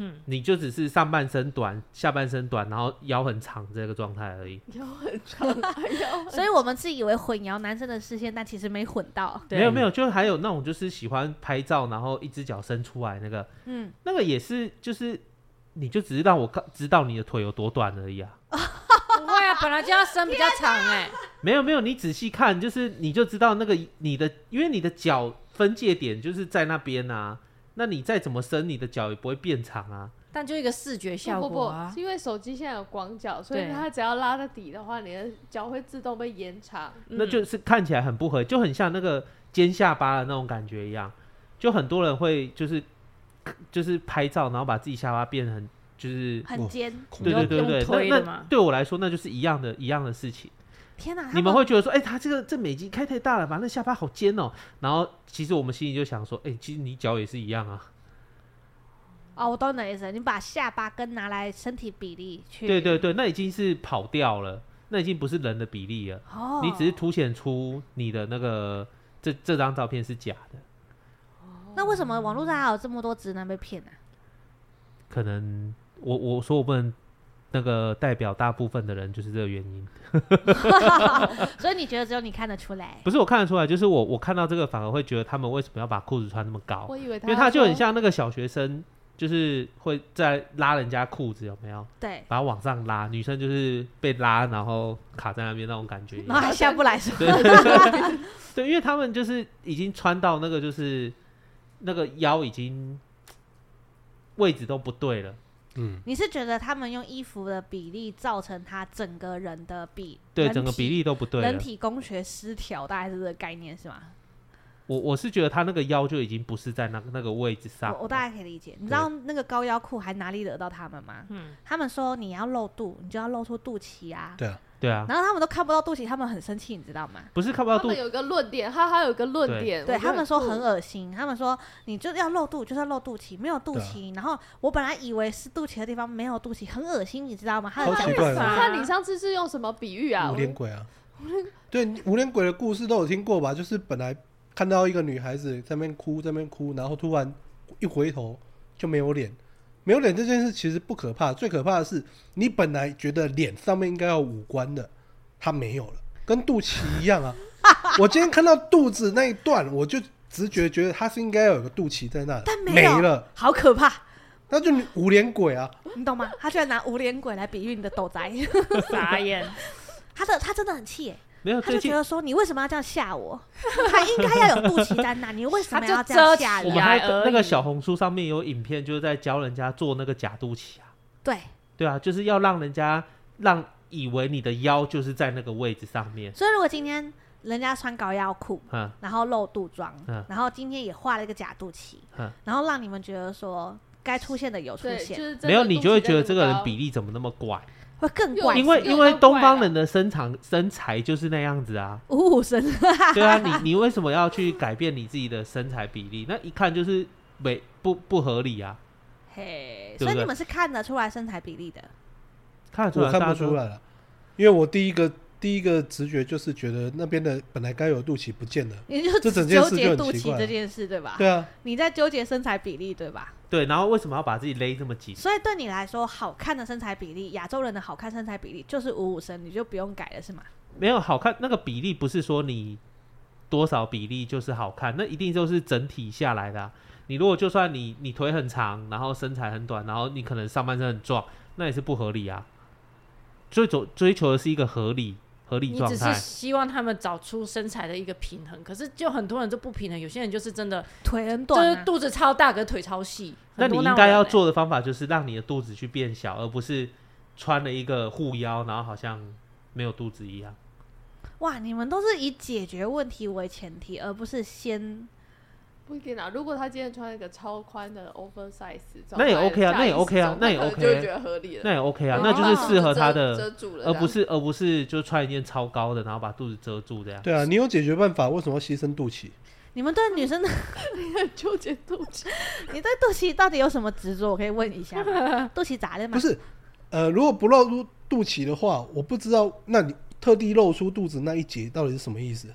Speaker 6: 嗯，
Speaker 4: 你就只是上半身短，下半身短，然后腰很长这个状态而已。
Speaker 3: 有很长，哎呦，
Speaker 5: 所以我们自以为混淆男生的视线，但其实没混到。
Speaker 6: 对
Speaker 4: 没有没有，就还有那种就是喜欢拍照，然后一只脚伸出来那个，
Speaker 5: 嗯，
Speaker 4: 那个也是就是，你就只是让我看知道你的腿有多短而已啊。
Speaker 6: 不会啊，本来就要伸比较长哎、
Speaker 4: 没有没有，你仔细看，就是你就知道那个你的，因为你的脚分界点就是在那边啊，那你再怎么伸，你的脚也不会变长啊。
Speaker 6: 但就一个视觉效
Speaker 3: 不不
Speaker 6: 果
Speaker 3: 不
Speaker 6: 啊，
Speaker 3: 是。因为手机现在有广角，所以
Speaker 6: 对
Speaker 3: 它只要拉到底的话，你的脚会自动被延长。
Speaker 6: 嗯
Speaker 4: 那就是看起来很不合，就很像那个尖下巴的那种感觉一样。就很多人会就是就是拍照，然后把自己下巴变得很就是
Speaker 5: 很尖。
Speaker 1: 恐
Speaker 4: 对
Speaker 1: 怖
Speaker 4: 对对
Speaker 6: 用
Speaker 4: 对，
Speaker 6: 推
Speaker 4: 那
Speaker 6: 的
Speaker 4: 那
Speaker 6: 吗
Speaker 4: 对我来说那就是一样的一样的事情。
Speaker 5: 天哪，
Speaker 4: 你
Speaker 5: 他
Speaker 4: 们会觉得说，哎、他这个这美肌开太大了吧？那下巴好尖哦、然后其实我们心里就想说，哎、其实你脚也是一样啊。
Speaker 5: 哦，我懂你的意思。你把下巴跟拿来身体比例去，
Speaker 4: 对对对，那已经是跑掉了，那已经不是人的比例了。
Speaker 5: 哦，
Speaker 4: 你只是凸显出你的那个这这张照片是假的，
Speaker 5: 那为什么网络上还有这么多直男被骗啊呢、
Speaker 4: 可能我我说我不能那个代表大部分的人，就是这个原因。
Speaker 5: 所以你觉得只有你看得出来？
Speaker 4: 不是我看得出来，就是我我看到这个反而会觉得他们为什么要把裤子穿那么高？
Speaker 3: 我以为
Speaker 4: 因
Speaker 3: 他
Speaker 4: 为他就很
Speaker 3: 说
Speaker 4: 像那个小学生，就是会在拉人家裤子，有没有？
Speaker 5: 对，
Speaker 4: 把它往上拉，女生就是被拉，然后卡在那边那种感觉一
Speaker 5: 然后
Speaker 4: 样。
Speaker 5: 还下不来是
Speaker 4: 对对，因为他们就是已经穿到那个就是那个腰已经位置都不对了，
Speaker 1: 嗯，
Speaker 5: 你是觉得他们用衣服的比例造成他整个人的比
Speaker 4: 对
Speaker 5: 人
Speaker 4: 整个
Speaker 5: 体
Speaker 4: 比例都不对啊
Speaker 5: 人
Speaker 4: 了。
Speaker 5: 体工学失调，大概是这个概念是吗？
Speaker 4: 我我是觉得他那个腰就已经不是在那那个位置上了。
Speaker 5: 我我大概可以理解。你知道那个高腰裤还哪里惹到他们吗？
Speaker 6: 嗯
Speaker 5: 他们说你要露肚，你就要露出肚脐啊。
Speaker 1: 对啊，
Speaker 4: 对啊，
Speaker 5: 然后他们都看不到肚脐，他们很生气，你知道吗？
Speaker 4: 不是看不到
Speaker 3: 他
Speaker 4: 肚
Speaker 3: 们，有一个论点，他还有一个论
Speaker 4: 对
Speaker 3: 点，
Speaker 5: 对
Speaker 3: 我觉
Speaker 5: 他
Speaker 3: 得
Speaker 5: 们说
Speaker 3: 酷
Speaker 5: 很恶心，他们说你就要露肚，就是要露肚脐，没有肚
Speaker 1: 对啊
Speaker 5: 脐。然后我本来以为是肚脐的地方没有肚脐，很恶心，你知道吗？他
Speaker 1: 超
Speaker 5: 的
Speaker 1: 奇怪的
Speaker 6: 啊
Speaker 3: 看你上次是用什么比喻啊？
Speaker 1: 无
Speaker 3: 我
Speaker 1: 脸鬼啊，对，你无脸鬼的故事都有听过吧？就是本来看到一个女孩子在那边哭，在那边哭，然后突然一回头就没有脸。没有脸这件事其实不可怕，最可怕的是你本来觉得脸上面应该要有五官的，它没有了，跟肚脐一样啊。我今天看到肚子那一段，我就直觉觉得它是应该要有个肚脐在那，
Speaker 5: 但没
Speaker 1: 没
Speaker 5: 有
Speaker 1: 了，
Speaker 5: 好可怕，
Speaker 1: 那就你无脸鬼啊！
Speaker 5: 你懂吗？他居然拿无脸鬼来比喻你的斗宅，
Speaker 6: 傻 眼，
Speaker 5: 他的他真的很气耶，
Speaker 4: 没有
Speaker 5: 他
Speaker 4: 最
Speaker 5: 就
Speaker 4: 近
Speaker 5: 觉得说你为什么要这样吓我？ 他应该要有肚脐在那，你为什
Speaker 6: 他
Speaker 5: 么
Speaker 6: 就
Speaker 5: 要这样
Speaker 6: 遮
Speaker 5: 吓
Speaker 6: 起
Speaker 4: 我
Speaker 5: 人？
Speaker 4: 们还
Speaker 6: 来而
Speaker 4: 那个
Speaker 6: 已
Speaker 4: 小红书上面有影片，就是在教人家做那个假肚脐啊。
Speaker 5: 对，
Speaker 4: 对啊，就是要让人家让以为你的腰就是在那个位置上面，
Speaker 5: 所以如果今天人家穿高腰裤，
Speaker 4: 嗯，
Speaker 5: 然后露肚装，
Speaker 4: 嗯
Speaker 5: 然后今天也画了一个假肚脐，
Speaker 4: 嗯
Speaker 5: 然后让你们觉得说该出现的有出
Speaker 3: 对，就
Speaker 5: 现，
Speaker 3: 是真
Speaker 4: 没有
Speaker 3: 的
Speaker 4: 你
Speaker 3: 肚
Speaker 4: 就
Speaker 3: 脐
Speaker 4: 会
Speaker 3: 在
Speaker 4: 觉得
Speaker 3: 那
Speaker 4: 这
Speaker 3: 么
Speaker 4: 个人
Speaker 3: 高
Speaker 4: 比例怎么那么怪，
Speaker 5: 会更
Speaker 3: 又
Speaker 5: 怪
Speaker 4: 因为
Speaker 3: 又
Speaker 4: 因为
Speaker 3: 又
Speaker 4: 东
Speaker 3: 怪啊
Speaker 4: 方
Speaker 3: 了
Speaker 4: 人的身长身材就是那样 子啊，
Speaker 5: 五五身。
Speaker 4: 对啊，你你为什么要去改变你自己的身材比例？那一看就是没不不合理啊，
Speaker 5: 嘿，
Speaker 4: 对不
Speaker 5: 所以你
Speaker 4: 对
Speaker 5: 们是看得出来身材比例的，
Speaker 4: 看得出
Speaker 1: 我
Speaker 4: 来，
Speaker 1: 看
Speaker 4: 大
Speaker 1: 不
Speaker 4: 家都
Speaker 1: 出来了，因为我第一个第一个直觉就是觉得那边的本来该有的肚脐不见了。
Speaker 5: 你就
Speaker 1: 这
Speaker 5: 只
Speaker 1: 整件
Speaker 5: 纠
Speaker 1: 事就
Speaker 5: 结
Speaker 1: 很
Speaker 5: 肚
Speaker 1: 奇怪
Speaker 5: 脐
Speaker 1: 啊
Speaker 5: 这件事对吧？
Speaker 1: 对啊，
Speaker 5: 你在纠结身材比例对吧？
Speaker 4: 对，然后为什么要把自己勒这么紧？
Speaker 5: 所以对你来说，好看的身材比例，亚洲人的好看身材比例就是五五身，你就不用改了是吗？
Speaker 4: 没有好看，那个比例不是说你多少比例就是好看，那一定就是整体下来的啊、你如果就算你你腿很长，然后身材很短，然后你可能上半身很壮，那也是不合理啊。追求追求的是一个合理合理
Speaker 6: 你
Speaker 4: 状
Speaker 6: 只是
Speaker 4: 态，
Speaker 6: 希望他们找出身材的一个平衡，可是就很多人就不平衡，有些人就是真的
Speaker 5: 腿很
Speaker 6: 就
Speaker 5: 短、
Speaker 6: 是
Speaker 5: 啊，
Speaker 6: 肚子超大，可是腿超细。
Speaker 4: 那
Speaker 6: 很
Speaker 4: 你
Speaker 6: 多
Speaker 4: 应
Speaker 6: 种
Speaker 4: 该
Speaker 6: 人
Speaker 4: 要
Speaker 6: 欸
Speaker 4: 做的方法就是让你的肚子去变小，而不是穿了一个护腰，然后好像没有肚子一样。
Speaker 5: 哇，你们都是以解决问题为前提，而不是先
Speaker 3: 不一定啊。如果他今天穿一个超宽的 oversize，照
Speaker 4: 那也
Speaker 3: 拍
Speaker 4: OK 啊
Speaker 3: 架
Speaker 4: 那也
Speaker 3: 椅
Speaker 4: OK 啊
Speaker 3: 子走
Speaker 4: 那也
Speaker 3: 可能
Speaker 4: OK
Speaker 3: 就会觉得合理了。
Speaker 4: 那也 OK 啊，
Speaker 3: 对然
Speaker 4: 那就
Speaker 3: 后
Speaker 4: 是
Speaker 3: 把
Speaker 4: 适
Speaker 3: 肚
Speaker 4: 合
Speaker 3: 子
Speaker 4: 他
Speaker 3: 遮遮
Speaker 4: 的，
Speaker 3: 住了这
Speaker 4: 而
Speaker 3: 样，
Speaker 4: 不是而不是就穿一件超高的，然后把肚子遮住这样。
Speaker 1: 对啊，你有解决办法，为什么要牺牲肚脐？
Speaker 5: 你们对女生的，
Speaker 3: 纠结肚脐。
Speaker 5: 你对肚脐到底有什么执着？我可以问一下吗？肚脐咋的嘛
Speaker 1: 不？是，呃，如果不露出肚脐的话，我不知道，那你特地露出肚子那一节到底是什么意思？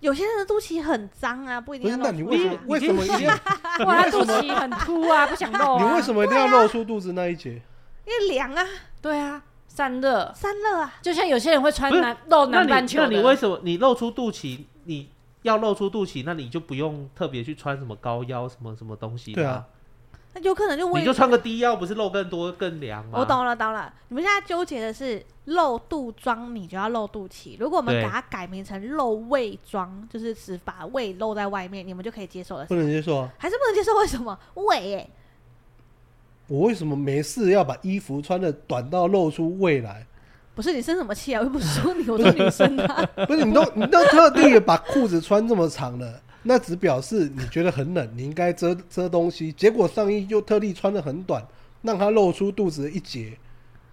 Speaker 5: 有些人的肚脐很脏啊，不一
Speaker 1: 不
Speaker 5: 定
Speaker 1: 是，
Speaker 5: 要
Speaker 1: 那
Speaker 5: 露
Speaker 1: 你
Speaker 5: 出
Speaker 1: 为什
Speaker 5: 来
Speaker 1: 么为什么
Speaker 5: 啊。
Speaker 1: 一定要？
Speaker 6: 哇，他肚脐很凸啊，不想露
Speaker 1: 你
Speaker 6: 啊。
Speaker 1: 为什么一定要露出肚子那一节？
Speaker 5: 因为凉啊，
Speaker 6: 对啊，散热，
Speaker 5: 散热啊，
Speaker 6: 就像有些人会穿
Speaker 4: 不是
Speaker 6: 男露
Speaker 4: 那
Speaker 6: 南
Speaker 4: 你
Speaker 6: 半哦球
Speaker 4: 那
Speaker 6: 的
Speaker 4: 你为什么你露出肚脐？你要露出肚脐，那你就不用特别去穿什么高腰什么什么东西啦。
Speaker 1: 对啊
Speaker 5: 那有可能就为
Speaker 4: 你就穿个低腰，不是露更多更凉吗？
Speaker 5: 我。懂了，懂了。你们现在纠结的是露肚装，你就要露肚脐。如果我们
Speaker 4: 对
Speaker 5: 把它改名成露胃装，就是只把胃露在外面，你们就可以接受了
Speaker 1: 不。能接受啊！
Speaker 5: 还是不能接受？为什么胃、欸？
Speaker 1: 我为什么没事要把衣服穿的短到露出胃来？
Speaker 5: 不是你生什么 气啊？我又不是说你，我说女生啊。
Speaker 1: 不是，你都你都特地把裤子穿这么长了，那只表示你觉得很冷，你应该遮遮东西，结果上衣又特地穿的很短，让它露出肚子的一截，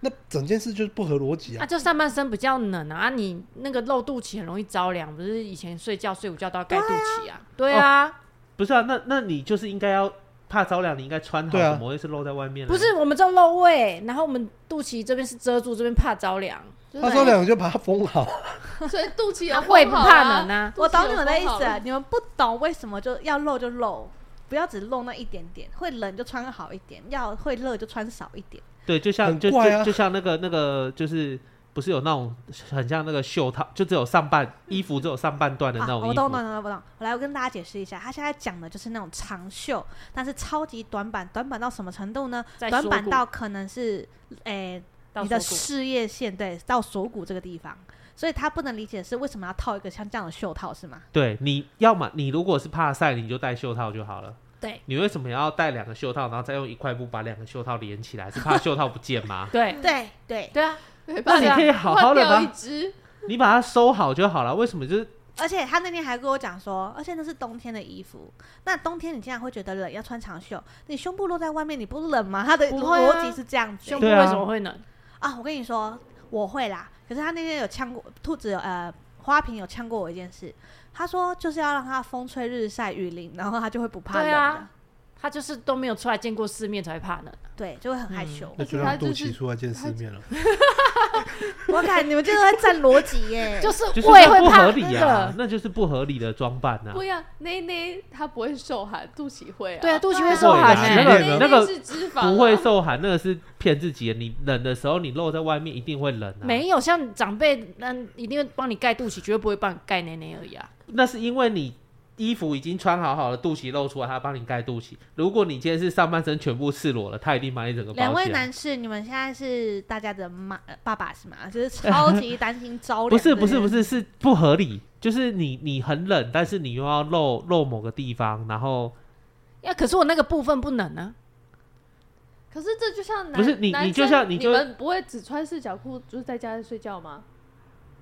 Speaker 1: 那整件事就是不合逻辑
Speaker 6: 啊，
Speaker 1: 啊。
Speaker 6: 就上半身比较冷啊，啊你那个露肚脐很容易着凉，不是以前睡觉睡午觉都要盖肚脐
Speaker 4: 哦
Speaker 6: 啊？对啊，
Speaker 4: 不是啊，那那你就是应该要怕着凉，你应该穿好，
Speaker 1: 对啊
Speaker 4: 怎么会是露在外面呢？
Speaker 6: 不，是我们这露胃，然后我们肚脐这边是遮住，这边怕着凉，
Speaker 1: 他说两个就把它封好，
Speaker 3: 所以肚脐有
Speaker 6: 啊会不
Speaker 3: 缝好
Speaker 6: 怕
Speaker 3: 啊
Speaker 6: 冷啊？
Speaker 5: 我懂你们的意思啊，
Speaker 3: 啊。
Speaker 5: 你们不懂为什么就要露就露，不要只露那一点点，会冷就穿好一点，要会热就穿少一点。
Speaker 4: 对，就像
Speaker 1: 很
Speaker 4: 就
Speaker 1: 怪啊
Speaker 4: 就就像那个那个就是。不是有那种很像那个袖套，就只有上半衣服只有上半段的那
Speaker 5: 好，
Speaker 4: 种
Speaker 5: 啊我
Speaker 4: 衣
Speaker 5: 懂懂
Speaker 4: 服，啊
Speaker 5: 懂懂懂。我来，我跟大家解释一下，他现在讲的就是那种长袖，但是超级短板，短板到什么程度呢？
Speaker 6: 在
Speaker 5: 短
Speaker 6: 锁
Speaker 5: 板
Speaker 6: 骨
Speaker 5: 到可能是，诶、
Speaker 6: 到
Speaker 5: 你的
Speaker 6: 锁骨
Speaker 5: 事业线对到锁骨这个地方，所以他不能理解是为什么要套一个像这样的袖套是吗？
Speaker 4: 对，你要么你如果是怕晒，你就戴袖套就好了。
Speaker 6: 对，？
Speaker 4: 你为什么要戴两个袖套，然后再用一块布把两个袖套连起来？是怕袖套不见吗
Speaker 6: 对
Speaker 5: 对对，
Speaker 6: 对啊，
Speaker 3: 没
Speaker 4: 那
Speaker 3: 办
Speaker 4: 你
Speaker 3: 法
Speaker 4: 可以好好的
Speaker 3: 换掉一
Speaker 4: 把
Speaker 3: 只，
Speaker 4: 你把它收好就好了。为什么就是
Speaker 5: 而且他那天还跟我讲说，而且那是冬天的衣服，那冬天你竟然会觉得冷，要穿长袖，你胸部露在外面，你不冷吗？他的
Speaker 6: 不会啊
Speaker 5: 逻辑是这样子、
Speaker 6: 胸
Speaker 5: 欸
Speaker 6: 部
Speaker 4: 对啊
Speaker 6: 为什么会冷？
Speaker 5: 啊，我跟你说，我会啦。可是他那天有呛过兔子有，呃，花瓶有呛过我一件事，他说就是要让它风吹日晒雨淋，然后他就会不怕冷
Speaker 6: 对
Speaker 5: 了
Speaker 6: 啊，他就是都没有出来见过世面才会怕冷。
Speaker 5: 对，就会很害羞。
Speaker 1: 就觉得他肚脐出来见世面了。
Speaker 5: 我感你们就是在占逻辑耶，
Speaker 6: 就是
Speaker 4: 就是
Speaker 6: 胃会
Speaker 4: 那不
Speaker 6: 怕
Speaker 4: 合
Speaker 6: 那
Speaker 4: 理
Speaker 6: 个
Speaker 4: 啊，，那就是不合理的装扮啊
Speaker 3: 不。一样。内内它不会受寒，肚脐会啊。
Speaker 6: 对啊，肚脐
Speaker 5: 对
Speaker 6: 会
Speaker 5: 啊
Speaker 6: 受寒
Speaker 4: 对啊
Speaker 6: 欸
Speaker 4: 那个
Speaker 3: 内内
Speaker 4: 那个
Speaker 3: 是脂肪啊，
Speaker 4: 不会受寒，那个是骗自己的。你冷的时候，你露在外面一定会冷啊。
Speaker 6: 没有像长辈，嗯，一定会帮你盖肚脐，绝对不会帮你盖奶奶而已啊。
Speaker 4: 那是因为你衣服已经穿好好了，肚脐露出来，他帮你盖肚脐。如果你今天是上半身全部赤裸了，他一定把你整个包起来。
Speaker 5: 两位男士，你们现在是大家的妈呃爸爸是吗？ 就是超级担心着凉。
Speaker 4: 不是不是不，是是不合理，就是你你很冷，但是你又要露露某个地方，然后
Speaker 6: 呀，哎可是我那个部分不能啊，
Speaker 3: 可是这就像男
Speaker 4: 不是你
Speaker 3: 男
Speaker 4: 你
Speaker 3: 生
Speaker 4: 就像
Speaker 3: 你
Speaker 4: 你就
Speaker 3: 们不会只穿四角裤就是在家里睡觉吗？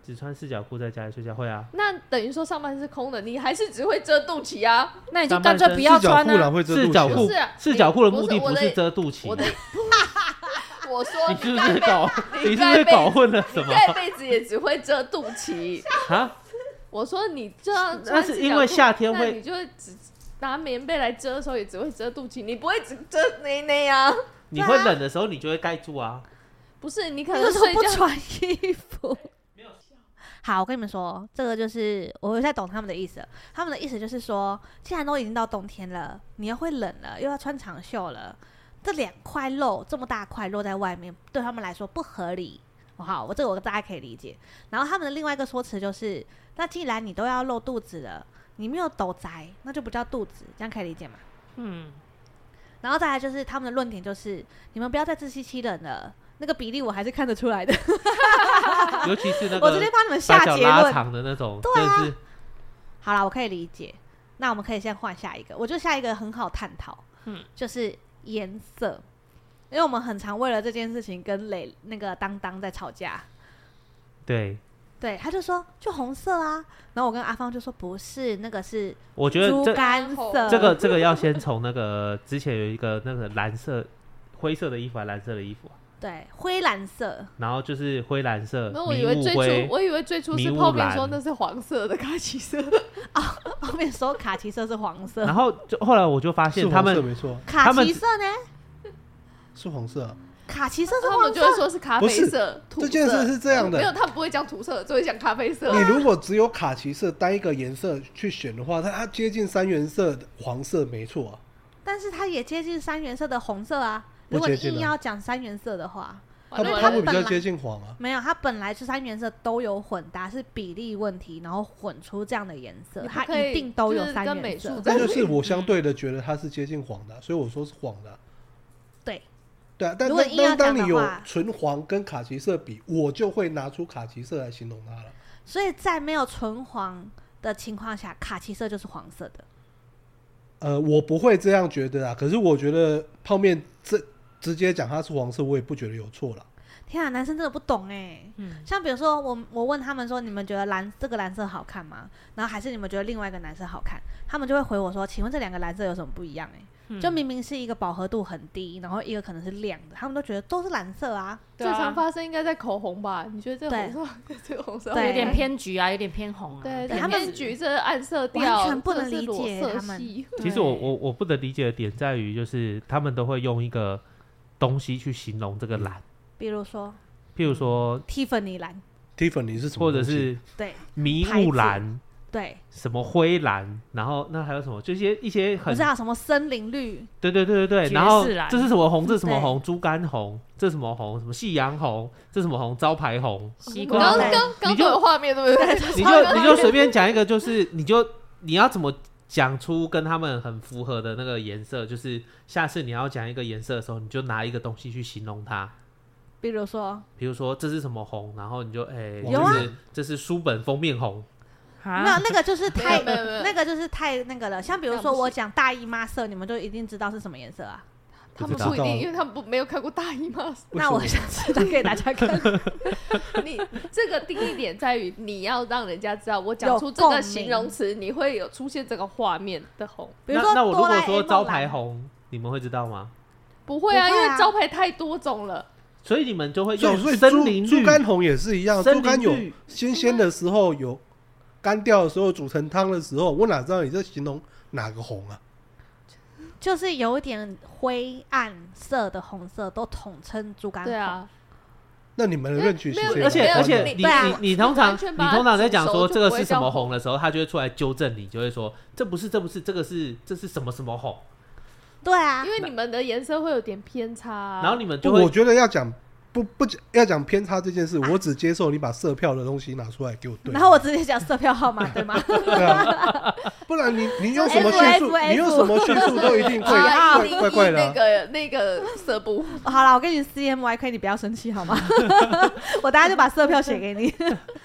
Speaker 4: 只穿四角裤在家里睡觉会啊？
Speaker 3: 那等于说上半身是空的，你还是只会遮肚脐啊？
Speaker 6: 那你就
Speaker 4: 上半
Speaker 6: 干脆
Speaker 4: 身
Speaker 6: 不要
Speaker 1: 四角
Speaker 6: 穿
Speaker 1: 裤
Speaker 6: 啊
Speaker 1: 哪。会遮
Speaker 4: 四
Speaker 1: 肚
Speaker 4: 角
Speaker 1: 脐
Speaker 4: 裤
Speaker 1: 啊？
Speaker 3: 是啊
Speaker 4: 四角裤的目
Speaker 3: 不
Speaker 4: 的
Speaker 3: 是我
Speaker 4: 不
Speaker 3: 的
Speaker 4: 是遮肚脐
Speaker 3: 我，的， 我说
Speaker 4: 你是
Speaker 3: 你
Speaker 4: 不
Speaker 3: 盖
Speaker 4: 是
Speaker 3: 被
Speaker 4: 搞
Speaker 3: 啊你
Speaker 4: 你是不
Speaker 3: 盖
Speaker 4: 是
Speaker 3: 被
Speaker 4: 搞混了什么
Speaker 3: 盖被子也只会遮肚脐。
Speaker 4: 啊？
Speaker 3: 我说你这样
Speaker 4: 那
Speaker 3: 穿
Speaker 4: 是
Speaker 3: 四
Speaker 4: 因
Speaker 3: 角
Speaker 4: 为
Speaker 3: 裤
Speaker 4: 夏天
Speaker 3: 那
Speaker 4: 会
Speaker 3: 你就会只拿棉被来遮的时候也只会遮肚脐，你不会只遮内内啊？
Speaker 4: 你会冷的时候你就会盖 住啊？
Speaker 3: 不是，你可
Speaker 5: 你
Speaker 3: 能
Speaker 5: 为什么
Speaker 3: 睡
Speaker 5: 不
Speaker 3: 觉
Speaker 5: 穿衣服？ 好，我跟你们说，这个就是我在懂他们的意思了。他们的意思就是说，既然都已经到冬天了，你又会冷了，又要穿长袖了，这两块肉这么大块肉在外面，对他们来说不合理。哦好，我这个我大家可以理解。然后他们的另外一个说辞就是，那既然你都要露肚子了，你没有抖宅，那就不叫肚子，这样可以理解吗？
Speaker 6: 嗯，
Speaker 5: 然后再来就是他们的论点就是，你们不要再自欺欺人了，那个比例我还是看得出来的。
Speaker 4: 尤其是那
Speaker 5: 我直接
Speaker 4: 个
Speaker 5: 帮你们下
Speaker 4: 把脚
Speaker 5: 结
Speaker 4: 拉
Speaker 5: 论。
Speaker 4: 长的那种，
Speaker 5: 对
Speaker 4: 真
Speaker 5: 啊
Speaker 4: 的是
Speaker 5: 好啦，我可以理解。那我们可以先换下一个，我觉得下一个很好探讨，
Speaker 6: 嗯
Speaker 5: 就是颜色，因为我们很常为了这件事情跟磊那个当当在吵架。
Speaker 4: 对。
Speaker 5: 对，他就说就红色啊，然后我跟阿芳就说不是，那个是
Speaker 4: 我觉得
Speaker 5: 猪
Speaker 4: 这
Speaker 5: 肝色。
Speaker 4: 这个这个要先从那个之前有一个那个蓝色灰色的衣服还是蓝色的衣服啊，
Speaker 5: 对灰 蓝色，
Speaker 4: 然后就是灰蓝色
Speaker 3: 没有，我以
Speaker 4: 迷
Speaker 3: 为
Speaker 4: 雾
Speaker 3: 最
Speaker 4: 灰
Speaker 3: 初，我以为最初
Speaker 4: 迷
Speaker 3: 是
Speaker 4: 雾
Speaker 3: 泡面
Speaker 4: 蓝
Speaker 3: 说那是黄色的卡其色，
Speaker 5: 后面说卡其色是黄色
Speaker 4: 然，后就后来我就发
Speaker 1: 是
Speaker 4: 现他
Speaker 1: 黄色
Speaker 4: 们
Speaker 1: 没错，
Speaker 5: 卡
Speaker 4: 他们
Speaker 5: 其色呢？
Speaker 1: 是黄色啊。
Speaker 5: 卡其色是
Speaker 3: 他们
Speaker 5: 黄
Speaker 3: 就会
Speaker 5: 色，
Speaker 3: 说是咖啡
Speaker 1: 不是
Speaker 3: 色。土
Speaker 1: 这件
Speaker 3: 色
Speaker 1: 事是这样的
Speaker 3: 没有，他们不会讲土色，只会讲咖啡色
Speaker 1: 你。如果只有卡其色单一个颜色去选的话，它它接近三原色的黄色没错啊。
Speaker 5: 但是它也接近三原色的红色啊。
Speaker 1: 不
Speaker 5: 如果你
Speaker 1: 接近啊
Speaker 5: 硬要讲三原色的话，
Speaker 1: 它
Speaker 3: 完了
Speaker 1: 它
Speaker 5: 不
Speaker 1: 会比
Speaker 5: 本
Speaker 1: 较
Speaker 5: 来
Speaker 1: 接近黄啊。
Speaker 5: 没有，它本来是三原色都有混搭，是比例问题，然后混出这样的颜色，
Speaker 3: 你不
Speaker 5: 它
Speaker 3: 可
Speaker 5: 一
Speaker 3: 以
Speaker 5: 定都有
Speaker 3: 就是
Speaker 5: 三
Speaker 3: 跟
Speaker 5: 原
Speaker 3: 美
Speaker 5: 色
Speaker 3: 术。
Speaker 1: 那就是我相对的觉得它是接近黄的啊、所以我说是黄的啊、
Speaker 5: 对
Speaker 1: 对啊，但
Speaker 5: 如果
Speaker 1: 但
Speaker 5: 硬要
Speaker 1: 但
Speaker 5: 讲
Speaker 1: 当
Speaker 5: 的
Speaker 1: 你有
Speaker 5: 话
Speaker 1: 纯黄跟卡其色比，我就会拿出卡其色来形容它了。
Speaker 5: 所以在没有纯黄的情况下，卡其色就是黄色的。
Speaker 1: 呃，我不会这样觉得啊，可是我觉得泡面这直接讲它是黄色，我也不觉得有错了。
Speaker 5: 天啊，男生真的不懂哎、
Speaker 6: 嗯，
Speaker 5: 像比如说我我问他们说，你们觉得蓝这个蓝色好看吗？然后还是你们觉得另外一个蓝色好看？他们就会回我说，请问这两个蓝色有什么不一样、欸？
Speaker 3: 嗯
Speaker 5: 就明明是一个饱和度很低，然后一个可能是亮的，他们都觉得都是蓝色啊。
Speaker 3: 最
Speaker 6: 对啊
Speaker 3: 常发生应该在口红吧？你觉得这个红色，这个红色
Speaker 5: 对
Speaker 6: 有点偏橘啊，有点偏红啊，
Speaker 3: 对，
Speaker 5: 对他
Speaker 3: 他
Speaker 5: 们
Speaker 3: 们橘这暗色调，
Speaker 5: 完全不能
Speaker 3: 这是
Speaker 5: 理解
Speaker 3: 裸色
Speaker 5: 他们
Speaker 3: 系
Speaker 4: 其实我我我不能理解的点在于，就是他们都会用一个东西去形容这个蓝，
Speaker 5: 比如说
Speaker 4: 譬如说，
Speaker 5: Tiffany 蓝，
Speaker 1: Tiffany 是什么
Speaker 4: 或
Speaker 1: 东西？
Speaker 4: 者是
Speaker 5: 对
Speaker 4: 迷
Speaker 5: 牌
Speaker 4: 雾
Speaker 5: 子
Speaker 4: 蓝、
Speaker 5: 对，
Speaker 4: 什么灰蓝，然后那还有什么？就一些一些
Speaker 5: 不啊
Speaker 4: 很
Speaker 5: 知道什么森林绿，
Speaker 4: 对对对对对，
Speaker 6: 爵
Speaker 4: 然后
Speaker 6: 士蓝
Speaker 4: 这是什么红？这是什么
Speaker 5: 对
Speaker 4: 红？猪肝红？这是什么红？什么夕阳红？这是什么红？招牌红？
Speaker 6: 习
Speaker 3: 我刚
Speaker 5: 对
Speaker 6: 惯
Speaker 5: 对
Speaker 3: 刚
Speaker 6: 了。
Speaker 3: 刚
Speaker 4: 你就
Speaker 3: 都有画面，对不对？
Speaker 4: 你就你就随便讲一个，就是 你就你要怎么讲出跟他们很符合的那个颜色？就是下次你要讲一个颜色的时候，你就拿一个东西去形容它。
Speaker 5: 比如说
Speaker 4: 比如说这是什么红，然后你就哎，
Speaker 1: 有
Speaker 4: 就
Speaker 1: 啊
Speaker 4: 是这是书本封面红，
Speaker 5: 没有
Speaker 6: 啊，
Speaker 5: 那个就是
Speaker 3: 没
Speaker 5: 太
Speaker 3: 有没有没有
Speaker 5: 那个就是太那个了。像比如
Speaker 3: 那
Speaker 5: 说
Speaker 3: 不行
Speaker 5: 我讲大姨妈色，你们就一定知道是什么颜色啊。
Speaker 3: 他
Speaker 4: 不
Speaker 3: 们
Speaker 4: 知道
Speaker 3: 不一定，因为他们不没有看过大姨妈。
Speaker 1: 为
Speaker 5: 那
Speaker 1: 什
Speaker 5: 我
Speaker 1: 么
Speaker 5: 下次再给大 家看。
Speaker 3: 你这个第一点在于你要让人家知道，我讲
Speaker 5: 有
Speaker 3: 出这
Speaker 5: 共
Speaker 3: 个形
Speaker 5: 鸣
Speaker 3: 容词，你会有出现这个画面的红。
Speaker 5: 比如
Speaker 4: 那
Speaker 5: 说
Speaker 4: 那我如
Speaker 5: 哆
Speaker 4: 果
Speaker 5: 啦 A
Speaker 4: 说
Speaker 5: 梦
Speaker 4: 招
Speaker 5: 蓝
Speaker 4: 牌红，你们会知道吗？
Speaker 3: 不会啊，
Speaker 5: 不
Speaker 3: 因
Speaker 5: 会啊
Speaker 3: 为招牌太多种了。
Speaker 4: 所以你们就会
Speaker 1: 所
Speaker 4: 用
Speaker 1: 以所以
Speaker 4: 森林
Speaker 1: 猪猪
Speaker 4: 绿。
Speaker 1: 肝红也是一样，
Speaker 4: 森
Speaker 1: 猪肝
Speaker 4: 林
Speaker 1: 有
Speaker 4: 绿
Speaker 1: 新鲜的时候有干掉的时候煮成汤的时候，我哪知道你在形容哪个红啊？
Speaker 5: 就是有一点灰暗色的红色，都统称猪肝红。
Speaker 3: 对啊，
Speaker 1: 那你们的
Speaker 3: 因为
Speaker 1: 认取其
Speaker 3: 没有
Speaker 1: 实也蛮
Speaker 4: 而且而
Speaker 1: 宽
Speaker 4: 且
Speaker 1: 的
Speaker 4: 你
Speaker 5: 对啊
Speaker 4: 你你通常
Speaker 3: 完
Speaker 4: 你
Speaker 3: 全把它
Speaker 4: 通常在讲说
Speaker 3: 煮熟
Speaker 4: 这个
Speaker 3: 就不
Speaker 4: 是
Speaker 3: 会
Speaker 4: 什么
Speaker 3: 叫
Speaker 4: 红的时候，他就会出来纠正你，就会说这不是这不是这个是这是什么什么红，
Speaker 5: 对啊
Speaker 3: 因，为你们的颜色会有点偏差啊。
Speaker 4: 然后你们
Speaker 1: 不
Speaker 4: 就会
Speaker 1: 我觉得要讲不不讲要讲偏差这件事，我只接受你把色票的东西拿出来给我对，
Speaker 5: 然后我直接讲色票号码， 对吗？
Speaker 1: 对啊，不然你你用什么叙述，
Speaker 5: FFF
Speaker 1: 你用什么叙述都一定会
Speaker 3: 啊
Speaker 1: 怪怪怪的
Speaker 3: 那
Speaker 1: 啊。
Speaker 3: 个那个色不
Speaker 5: 好了，我跟你 C M Y K，你不要生气好 吗？我等下就把色票写给你，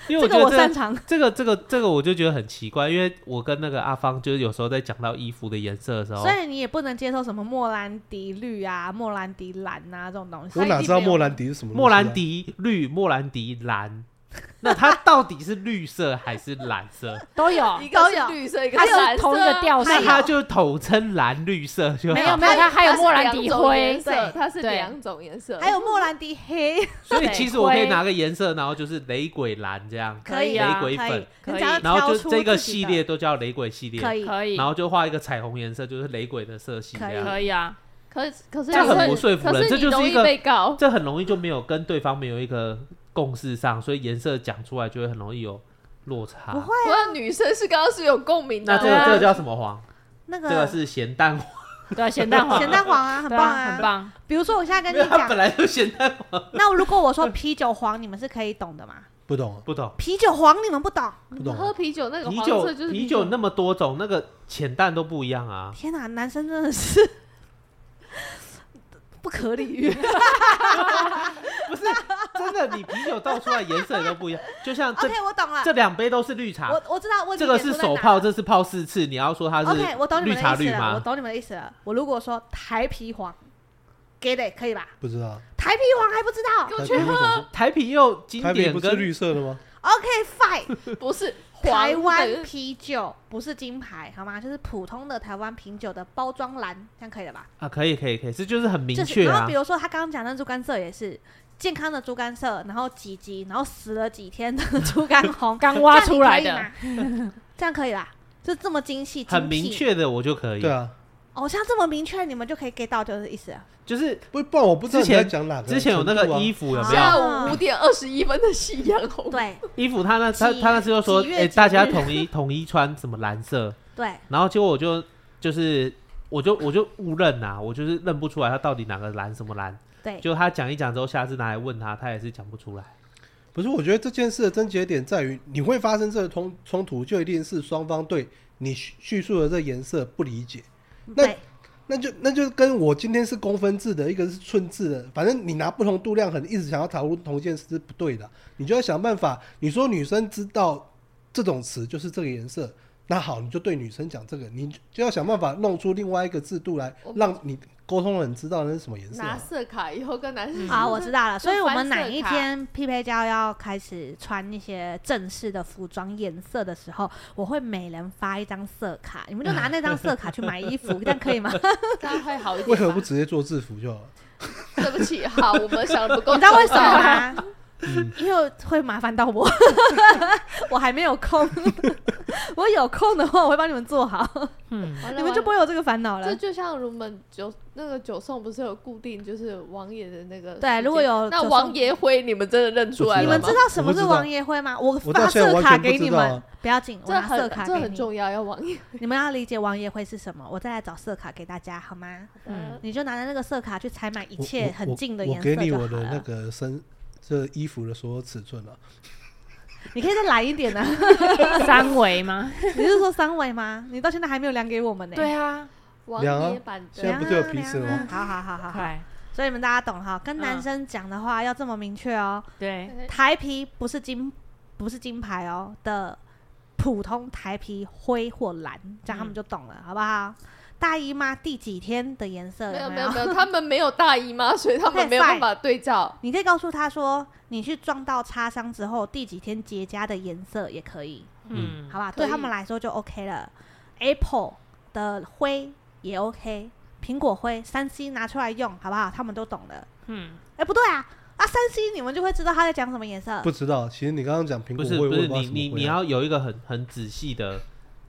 Speaker 4: 因为
Speaker 5: 这
Speaker 4: 我觉
Speaker 5: 个
Speaker 4: 得
Speaker 5: 我
Speaker 4: 这
Speaker 5: 擅
Speaker 4: 个
Speaker 5: 长。
Speaker 4: 这个这个这个我就觉得很奇怪，因为我跟那个阿芳就是有时候在讲到衣服的颜色的时候
Speaker 5: 所，以你也不能接受什么莫兰迪绿啊、莫兰迪蓝啊这种东西
Speaker 1: 我。哪知道莫兰迪是什么东西啊？
Speaker 4: 莫兰迪绿、莫兰迪蓝， 那它到底是绿色还是蓝 色？
Speaker 6: 啊都有，
Speaker 3: 一
Speaker 5: 都
Speaker 3: 个
Speaker 5: 有
Speaker 3: 是绿色，一个
Speaker 6: 它
Speaker 3: 是蓝
Speaker 6: 是
Speaker 3: 色
Speaker 6: 同一个
Speaker 5: 哦
Speaker 6: 调
Speaker 4: 那
Speaker 6: 性，
Speaker 4: 它就统称蓝绿色就
Speaker 6: 没
Speaker 4: 好
Speaker 6: 有没有，它还有
Speaker 3: 是
Speaker 6: 莫兰
Speaker 3: 两
Speaker 6: 迪
Speaker 3: 种
Speaker 6: 灰
Speaker 3: 颜，色，它是
Speaker 6: 对
Speaker 3: 两种颜色，
Speaker 5: 还有莫兰迪黑，
Speaker 4: 所以
Speaker 6: 对
Speaker 4: 其实我可以
Speaker 6: 灰
Speaker 4: 拿个颜色，然后就是雷鬼蓝这样，
Speaker 5: 可以
Speaker 4: 雷
Speaker 5: 啊，可
Speaker 4: 鬼
Speaker 5: 以
Speaker 4: 粉。，
Speaker 5: 你
Speaker 6: 可以
Speaker 5: 只要
Speaker 4: 然后
Speaker 5: 挑
Speaker 4: 就
Speaker 5: 出
Speaker 4: 这个
Speaker 5: 自己
Speaker 4: 系
Speaker 5: 的
Speaker 4: 列都叫雷鬼系列，
Speaker 5: 可以，
Speaker 6: 可以，
Speaker 4: 然后就画一个彩虹颜色，就是雷鬼的色系这样。
Speaker 6: 可以啊，
Speaker 3: 可是可是
Speaker 4: 这
Speaker 3: 你
Speaker 4: 很
Speaker 3: 会
Speaker 4: 不说服
Speaker 3: 可
Speaker 4: 人
Speaker 3: 是
Speaker 4: 这
Speaker 3: 你
Speaker 4: 就是
Speaker 3: 容
Speaker 4: 一
Speaker 3: 易
Speaker 4: 个
Speaker 3: 被告。
Speaker 4: 这很容易就没有跟对方没有一个共识上，所以颜色讲出来就会很容易有落差。
Speaker 5: 不会
Speaker 3: 我要女生是刚刚是有共鸣的
Speaker 4: 那
Speaker 3: 啊，
Speaker 4: 这个这个叫什么黄？
Speaker 5: 那个
Speaker 4: 这个是咸蛋黄，
Speaker 6: 对，啊咸蛋黄，
Speaker 5: 咸蛋黄啊，很
Speaker 6: 对
Speaker 5: 棒
Speaker 6: 啊，很棒，
Speaker 5: 比如说我现在跟
Speaker 4: 因为
Speaker 5: 你
Speaker 4: 它
Speaker 5: 讲
Speaker 4: 本，来就咸蛋黄，
Speaker 5: 那如果我说啤酒黄，你们是可以懂的吗？
Speaker 1: 不懂啊，
Speaker 4: 不懂。
Speaker 5: 啤酒黄你们不 懂，
Speaker 1: 不懂啊
Speaker 3: 喝。啤酒那个
Speaker 4: 啤
Speaker 3: 黄
Speaker 4: 酒
Speaker 3: 色就是
Speaker 4: 啤
Speaker 3: 啤
Speaker 4: 酒那么多种，那个浅淡都不一样啊。
Speaker 5: 天哪，男生真的是 不可理 喻。
Speaker 4: 不是真的，你啤酒倒出来颜色也都不一样。就像这
Speaker 5: OK，我懂了
Speaker 4: 这，两杯都是绿茶，
Speaker 5: 哦啊我我知道问题
Speaker 4: 这个
Speaker 5: 点
Speaker 4: 是
Speaker 5: 出在
Speaker 4: 手
Speaker 5: 哪
Speaker 4: 泡，
Speaker 5: 了。
Speaker 4: 这是泡四次，你要说它
Speaker 5: OK，我
Speaker 4: 是
Speaker 5: 懂你
Speaker 4: 绿
Speaker 5: 们的
Speaker 4: 茶
Speaker 5: 意
Speaker 4: 绿
Speaker 5: 思了，我
Speaker 4: 吗？
Speaker 5: 懂你们的意思了。我如果说台啤黄，给得可以吧？
Speaker 1: 不知道啊，
Speaker 5: 台啤黄还不知道
Speaker 3: 我
Speaker 1: 台
Speaker 3: 去
Speaker 1: 啤是什么
Speaker 4: 台啤又经
Speaker 1: 台啤
Speaker 4: 典
Speaker 1: 不是
Speaker 4: 跟
Speaker 1: 绿色的吗？
Speaker 5: ？OK fine，
Speaker 3: 不是
Speaker 5: 台
Speaker 3: 黄
Speaker 5: 湾
Speaker 3: 的
Speaker 5: 啤酒不是金牌好吗？就是普通的台湾啤酒的包装蓝，这样可以了吧？
Speaker 4: 啊，可以可以可以，这就是很明
Speaker 5: 就是
Speaker 4: 确
Speaker 5: 然
Speaker 4: 啊
Speaker 5: 后比。如说他刚刚讲的猪肝色也是健康的猪肝色，然后几级，然后死了几天的猪肝 红，
Speaker 6: 刚挖出来
Speaker 5: 这
Speaker 6: 的
Speaker 5: 样，哦你可以吗这样可以啦，就这么精细，
Speaker 4: 很
Speaker 5: 精
Speaker 4: 明
Speaker 5: 辟。
Speaker 4: 确的，我就可以。
Speaker 1: 对，啊，
Speaker 5: 哦，像这么明确，你们就可以 get 到就是意思了。
Speaker 4: 就是
Speaker 1: 不不然我不知道你
Speaker 4: 之前
Speaker 1: 在讲哪个程度啊。
Speaker 4: 之前有那个衣服有没
Speaker 5: 啊
Speaker 4: 有？
Speaker 3: 下午五点二十一分的夕阳
Speaker 4: 哦
Speaker 3: 红，
Speaker 5: 对
Speaker 4: 衣服他那他
Speaker 5: 几
Speaker 4: 他那次就说，
Speaker 5: 几月
Speaker 4: 哎，
Speaker 5: 几
Speaker 4: 大家
Speaker 5: 日
Speaker 4: 统一统一穿什么蓝色，
Speaker 5: 对，
Speaker 4: 然后结果我就就是我就我就误认呐，我就是认不出来他到底哪个蓝什么蓝。
Speaker 5: 对
Speaker 4: 就他讲一讲之后，下次拿来问他，他也是讲不出来。
Speaker 1: 不是，我觉得这件事的症结点在于，你会发生这个冲冲突，就一定是双方对你叙叙述的这颜色不理解。那
Speaker 5: 对，
Speaker 1: 那就那就跟我今天是公分制的，一个是寸制的，反正你拿不同度量衡，一直想要讨论同一件事是不对的。你就要想办法。你说女生知道这种词就是这个颜色，那好，你就对女生讲这个，你就要想办法弄出另外一个制度来，让你沟通的人知道那是什么颜色啊、
Speaker 3: 拿色卡以后跟男生
Speaker 5: 啊，我知道了。
Speaker 3: 嗯就
Speaker 5: 所以我们
Speaker 3: 翻
Speaker 5: 哪
Speaker 3: 色
Speaker 5: 一
Speaker 3: 卡
Speaker 5: 天匹配胶要开始穿一些正式的服装颜色的时候，我会每人发一张色卡，你们就拿那张色卡去买衣服，这样可以吗？
Speaker 3: 这样会好一点吧。
Speaker 1: 为何不直接做制服就好了？
Speaker 3: 对不起，好， 我们想的不够。
Speaker 5: 你知道为什么
Speaker 3: 吗？
Speaker 5: 吗？
Speaker 1: 嗯
Speaker 5: 因为会麻烦到我， 我还没有空。 我有空的话，我会帮你们做好，你们就不会有这个烦恼
Speaker 3: 这
Speaker 5: 了。
Speaker 3: 就像我们九那个九颂不是有固定就是王爷的那个时
Speaker 5: 对，
Speaker 3: 间
Speaker 5: 如果有
Speaker 3: 那
Speaker 5: 就
Speaker 3: 王
Speaker 5: 送
Speaker 3: 爷辉，你们真的认出
Speaker 1: 我
Speaker 3: 来了
Speaker 5: 你
Speaker 1: 知
Speaker 3: 吗
Speaker 5: 们知道什么
Speaker 1: 我不
Speaker 5: 是
Speaker 1: 知道
Speaker 5: 王爷会吗？我
Speaker 1: 我到
Speaker 5: 发
Speaker 1: 现在
Speaker 5: 色
Speaker 1: 完
Speaker 5: 卡
Speaker 1: 全不
Speaker 5: 给你
Speaker 1: 知道
Speaker 5: 们
Speaker 1: 啊，
Speaker 5: 不要紧，我
Speaker 3: 这
Speaker 5: 拿色
Speaker 3: 很
Speaker 5: 卡
Speaker 3: 这
Speaker 5: 给
Speaker 3: 很
Speaker 5: 你。
Speaker 3: 重要，要王爷。
Speaker 5: 你们要理解王爷会是什么，我再来找色卡给大家好吗？
Speaker 3: 嗯，
Speaker 5: 你就拿着那个色卡去采买一
Speaker 1: 我
Speaker 5: 切
Speaker 1: 我
Speaker 5: 很近的
Speaker 1: 我
Speaker 5: 颜
Speaker 1: 我
Speaker 5: 色
Speaker 1: 给你
Speaker 5: 就好
Speaker 1: 我的那
Speaker 5: 了。
Speaker 1: 个身这衣服的所有尺寸啊，
Speaker 5: 你可以再来一点呢、啊？
Speaker 6: 三维 吗？
Speaker 5: 你是说三维吗？你到现在还没有量给我们呢、
Speaker 6: 对啊，
Speaker 3: 王
Speaker 1: 两啊
Speaker 3: 爷版
Speaker 1: 现在
Speaker 3: 的
Speaker 5: 量啊，
Speaker 1: 不就有皮尺了吗
Speaker 5: 量啊好好好好好，
Speaker 6: 快
Speaker 5: 所以你们大家懂哈。跟男
Speaker 6: 嗯
Speaker 5: 生讲的话要这么明确哦，
Speaker 6: 对，
Speaker 5: 台皮不是金，不是金牌哦的普通台皮灰或蓝，这样他
Speaker 6: 嗯
Speaker 5: 们就懂了，好不好？大姨妈第几天的颜色
Speaker 3: 没有
Speaker 5: 有
Speaker 3: 没有没有，他们没有大姨妈，所以他们没有办法对照。
Speaker 5: 你可以告诉他说，你去撞到擦伤之后第几天结痂的颜色也可以，
Speaker 6: 嗯，
Speaker 5: 好吧？
Speaker 3: 可以
Speaker 5: 对他们来说就 OK 了。Apple 的灰也 OK，苹果灰、三 C 拿出来用，好不好？他们都懂的。
Speaker 6: 嗯，
Speaker 5: 哎、不对啊，啊，三 C 你们就会知道他在讲什么颜色
Speaker 1: 不。知道。其实你刚刚讲苹
Speaker 4: 不
Speaker 1: 果，
Speaker 4: 是
Speaker 1: 我也
Speaker 4: 不
Speaker 1: 我也
Speaker 4: 是
Speaker 1: 不知道
Speaker 4: 你
Speaker 1: 什
Speaker 4: 你
Speaker 1: 么啊
Speaker 4: 你
Speaker 1: 味道。
Speaker 4: 要有一个很很仔细的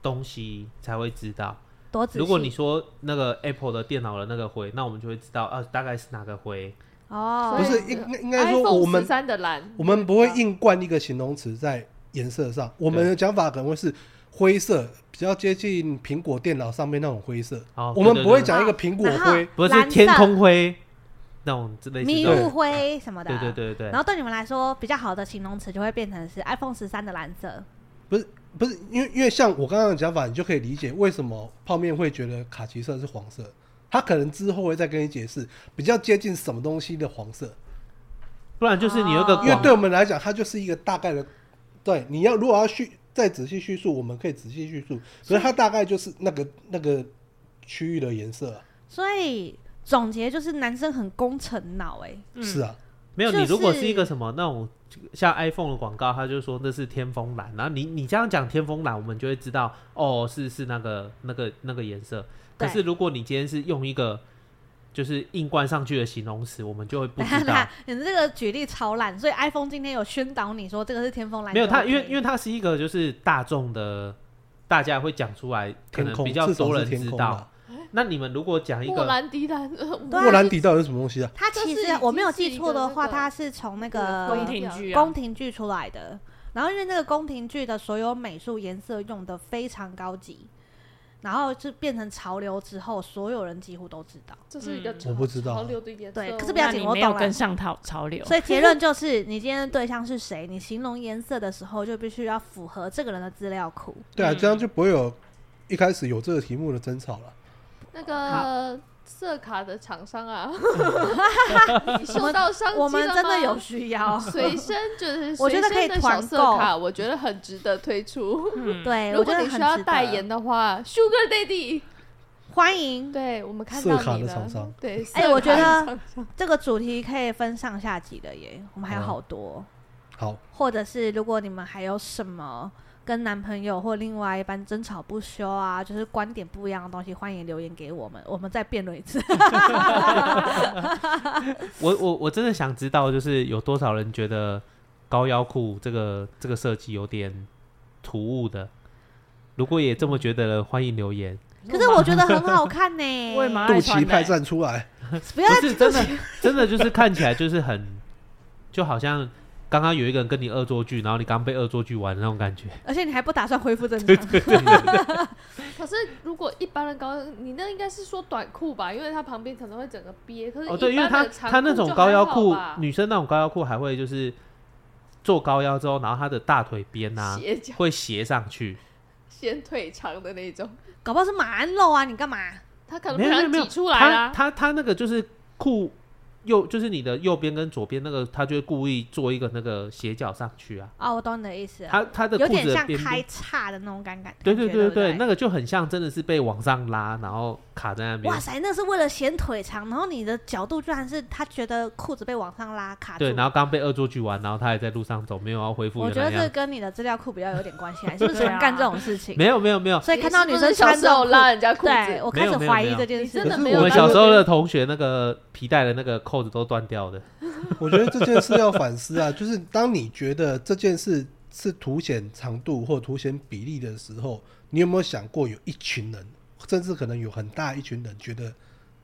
Speaker 4: 东西才会知道。
Speaker 5: 多仔细。
Speaker 4: 如果你说那个 Apple 的电脑的那个灰，那我们就会知道啊，大概是哪个灰。
Speaker 5: 哦，
Speaker 1: 不是
Speaker 3: 对
Speaker 1: 应应应该说
Speaker 3: iPhone
Speaker 1: 我
Speaker 3: 十
Speaker 1: 们
Speaker 3: 三的蓝，
Speaker 1: 我们不会硬灌一个形容词在颜色上，我们的讲法可能会是灰色，比较接近苹果电脑上面那种灰色。
Speaker 4: 哦，
Speaker 1: 我
Speaker 4: 对
Speaker 1: 们
Speaker 4: 对
Speaker 1: 不会
Speaker 4: 对
Speaker 1: 讲一个苹果
Speaker 5: 然后
Speaker 1: 灰，
Speaker 4: 不是
Speaker 5: 蓝
Speaker 4: 天
Speaker 5: 色
Speaker 4: 空灰那种之类似
Speaker 5: 迷
Speaker 4: 的
Speaker 5: 雾灰什么的。啊
Speaker 4: 对对对对
Speaker 5: 然后对你们来说比较好的形容词就会变成是 iPhone 十三的蓝色。
Speaker 1: 不是因为因为像我刚刚的讲法，你就可以理解为什么泡面会觉得卡其色是黄色。他可能之后会再跟你解释，比较接近什么东西的黄色，
Speaker 4: 不然就是你有一个
Speaker 5: 哦
Speaker 1: 因为
Speaker 4: 广
Speaker 1: 对我们来讲，它就是一个大概的。对，你要如果要叙再仔细叙述，我们可以仔细叙述，可是它大概就是那个那个区域的颜色啊、
Speaker 5: 所以总结就是男生很工程脑哎、
Speaker 6: 嗯
Speaker 1: 是啊，
Speaker 4: 没有，
Speaker 5: 就
Speaker 4: 你如果
Speaker 5: 是
Speaker 4: 是一个什么那种像 iPhone 的广告，他就说那是天风蓝，然后你你这样讲天风蓝，我们就会知道哦，是是那个那个那个颜色。可
Speaker 5: 对
Speaker 4: 是如果你今天是用一个就是硬灌上去的形容词，我们就会不
Speaker 5: 等
Speaker 4: 知
Speaker 5: 一
Speaker 4: 道
Speaker 5: 下。，你这个举例超烂，所以 iPhone 今天有宣导你说这个是天风蓝、
Speaker 4: 没有它，因为因
Speaker 5: 为
Speaker 4: 为它是一个就是大众的，大家会讲出来，可
Speaker 1: 天
Speaker 4: 能
Speaker 1: 空
Speaker 4: 比较
Speaker 1: 至少
Speaker 4: 多
Speaker 1: 是
Speaker 4: 人
Speaker 1: 天
Speaker 4: 知
Speaker 1: 空
Speaker 4: 道
Speaker 1: 啊。。
Speaker 4: 那你们如果讲一
Speaker 3: 莫
Speaker 4: 个，
Speaker 3: 兰迪蓝，呃
Speaker 5: 对啊
Speaker 1: 莫兰迪到底是什么东西啊？
Speaker 5: 它其
Speaker 3: 这
Speaker 5: 实
Speaker 3: 是已
Speaker 5: 我没有
Speaker 3: 经是
Speaker 5: 记
Speaker 3: 一
Speaker 5: 错
Speaker 3: 个
Speaker 5: 的
Speaker 3: 那
Speaker 5: 话，
Speaker 3: 个
Speaker 5: 它是从那个
Speaker 6: 宫廷剧啊
Speaker 5: 宫，廷剧出来的。然后因为那个宫廷剧的所有美术颜色用的非常高级，然后就变成潮流之后，所有人几乎都知道。
Speaker 3: 这是一个
Speaker 6: 嗯
Speaker 1: 我不知道
Speaker 3: 潮流的颜色。
Speaker 5: 对可是不要
Speaker 6: 那
Speaker 5: 紧
Speaker 6: 你
Speaker 5: 我
Speaker 6: 没有
Speaker 5: 懂了
Speaker 6: 跟上潮潮流，
Speaker 5: 所以结论就是，你今天的对象是谁，你形容颜色的时候就必须要符合这个人的资料库。
Speaker 1: 对啊，
Speaker 6: 嗯
Speaker 1: 这样就不会有一开始有这个题目的争吵了。
Speaker 3: 那个色卡的厂商 啊，你受到伤
Speaker 5: 我
Speaker 3: 机
Speaker 5: 们
Speaker 3: 了
Speaker 5: 真的
Speaker 3: 吗
Speaker 5: 有需要，
Speaker 3: 随身就是
Speaker 5: 我觉得
Speaker 3: 随
Speaker 5: 可以
Speaker 3: 身的小
Speaker 5: 团
Speaker 3: 色
Speaker 5: 购
Speaker 3: 卡，我觉得很值得推 出。
Speaker 6: 嗯，
Speaker 5: 对，
Speaker 3: 如
Speaker 5: 哎我觉
Speaker 3: 果
Speaker 5: 得
Speaker 3: 你
Speaker 5: 很
Speaker 3: 需要
Speaker 5: 值得
Speaker 3: 代言，的话，Sugar Daddy，
Speaker 5: 欢迎
Speaker 3: 对我们看
Speaker 1: 色
Speaker 3: 到
Speaker 1: 卡
Speaker 3: 你
Speaker 1: 的厂
Speaker 3: 了。
Speaker 1: 商
Speaker 3: 对，色
Speaker 5: 哎我觉
Speaker 3: 卡的
Speaker 5: 得
Speaker 3: 厂商
Speaker 5: 这个主题可以分上下集的耶，我们还有
Speaker 3: 啊
Speaker 5: 好多，哦
Speaker 1: 好，
Speaker 5: 或者是如果你们还有什么跟男朋友或另外一半争吵不休啊，就是观点不一样的东西，欢迎留言给我们，我们再辩论一次。
Speaker 4: 我我我真的想知道，就是有多少人觉得高腰裤这个这个设计有点突兀的。如果也这么觉得了，欢迎留言。
Speaker 5: 可是我觉得嗯很好看呢，
Speaker 6: 我也蛮
Speaker 1: 肚
Speaker 6: 爱
Speaker 1: 脐
Speaker 6: 穿
Speaker 1: 派
Speaker 6: 的，
Speaker 1: 站出来，
Speaker 5: 不要
Speaker 4: 不是真的，真的就是看起来就是很，就好像刚刚有一个人跟你恶作剧，然后你刚被恶作剧完的那种感觉。
Speaker 5: 而且你还不打算恢复正常，
Speaker 3: 可是如果一般的高，你那应该是说短裤吧，因为它旁边可能会整个憋。可是
Speaker 4: 哦，对，
Speaker 3: 一
Speaker 4: 因为
Speaker 3: 般的
Speaker 4: 他
Speaker 3: 长
Speaker 4: 他那
Speaker 3: 裤
Speaker 4: 种
Speaker 3: 就
Speaker 4: 高
Speaker 3: 还
Speaker 4: 腰
Speaker 3: 好
Speaker 4: 裤
Speaker 3: 吧，
Speaker 4: 女生那种高腰裤还会就是做高腰之后，然后她的大腿边啊
Speaker 3: 斜脚、
Speaker 4: 会斜上去。
Speaker 3: 显腿长的那种，
Speaker 5: 搞不好是马鞍肉啊，你干嘛？
Speaker 3: 他可能
Speaker 4: 没
Speaker 3: 不
Speaker 4: 有
Speaker 3: 想
Speaker 4: 没有没
Speaker 5: 啊
Speaker 4: 有
Speaker 3: 挤出来
Speaker 4: 她
Speaker 3: 啦。
Speaker 4: 她她那个就是裤右就是你的右边跟左边那个，他就会故意做一个那个斜角上去啊。
Speaker 5: 哦，我懂你的意思了，
Speaker 4: 他他的
Speaker 5: 有
Speaker 4: 裤
Speaker 5: 点
Speaker 4: 子的
Speaker 5: 像
Speaker 4: 边
Speaker 5: 开
Speaker 4: 边，
Speaker 5: 叉的那种感感
Speaker 4: 对
Speaker 5: 感觉
Speaker 4: 对
Speaker 5: 对不对，
Speaker 4: 那个就很像真的是被往上拉，然后卡在那边
Speaker 5: 哇。塞，那是为了显腿长，然后你的角度居然是他觉得裤子被往上拉卡住。
Speaker 4: 对，然后刚被恶作剧完，然后他还在路上走，没有要恢复
Speaker 5: 我
Speaker 4: 原
Speaker 5: 觉
Speaker 4: 来
Speaker 5: 得
Speaker 4: 的
Speaker 5: 这
Speaker 4: 样子。
Speaker 5: 跟你的资料库比较有点关系啊，你是不是喜
Speaker 6: 对
Speaker 5: 欢
Speaker 6: 啊
Speaker 5: 干这种事情？
Speaker 4: 没有没有没有，
Speaker 5: 所以看到女生
Speaker 3: 你是不是小
Speaker 5: 穿
Speaker 3: 时
Speaker 5: 这
Speaker 3: 候
Speaker 5: 种裤
Speaker 3: 拉人家裤
Speaker 5: 对
Speaker 3: 子，
Speaker 5: 我开
Speaker 4: 没
Speaker 5: 始
Speaker 4: 有没有
Speaker 5: 怀
Speaker 4: 没
Speaker 5: 疑
Speaker 4: 有
Speaker 5: 这件
Speaker 3: 你
Speaker 5: 事
Speaker 3: 真
Speaker 1: 可
Speaker 3: 的
Speaker 1: 是
Speaker 3: 没
Speaker 1: 我
Speaker 3: 有
Speaker 4: 我们
Speaker 3: 拉
Speaker 4: 小
Speaker 3: 过
Speaker 4: 时候
Speaker 3: 别
Speaker 4: 的
Speaker 3: 人
Speaker 4: 同学那个皮带的那个扣子都断掉 的。
Speaker 1: 我觉得这件事要反思啊，就是当你觉得这件事是凸显长度或凸显比例的时候，你有没有想过有一群人，甚至可能有很大一群人觉得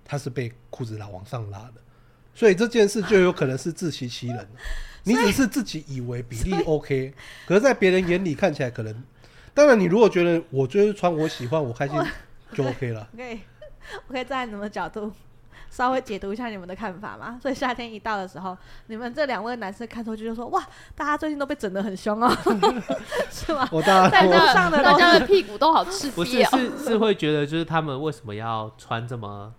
Speaker 1: 他是被裤子拉往上拉的，所以这件事就有可能是自欺欺人。你只是自己以为比例 OK，可是在别人眼里看起来可能，当然你如果觉得我就是穿我喜欢我开心就 OK 了。
Speaker 5: 我可以，我可以站在你们的角度稍微解读一下你们的看法吗？所以夏天一到的时候，你们这两位男生看出去就说：“哇，大家最近都被整得很凶哦， 是吗
Speaker 1: 我当
Speaker 3: 大
Speaker 1: 然我
Speaker 5: 路
Speaker 3: 家
Speaker 5: 上的
Speaker 3: 大家的屁股都好刺
Speaker 4: 不
Speaker 3: 激
Speaker 4: 是
Speaker 3: 哦，
Speaker 4: 是是会觉得就是他们为什么要穿这么？”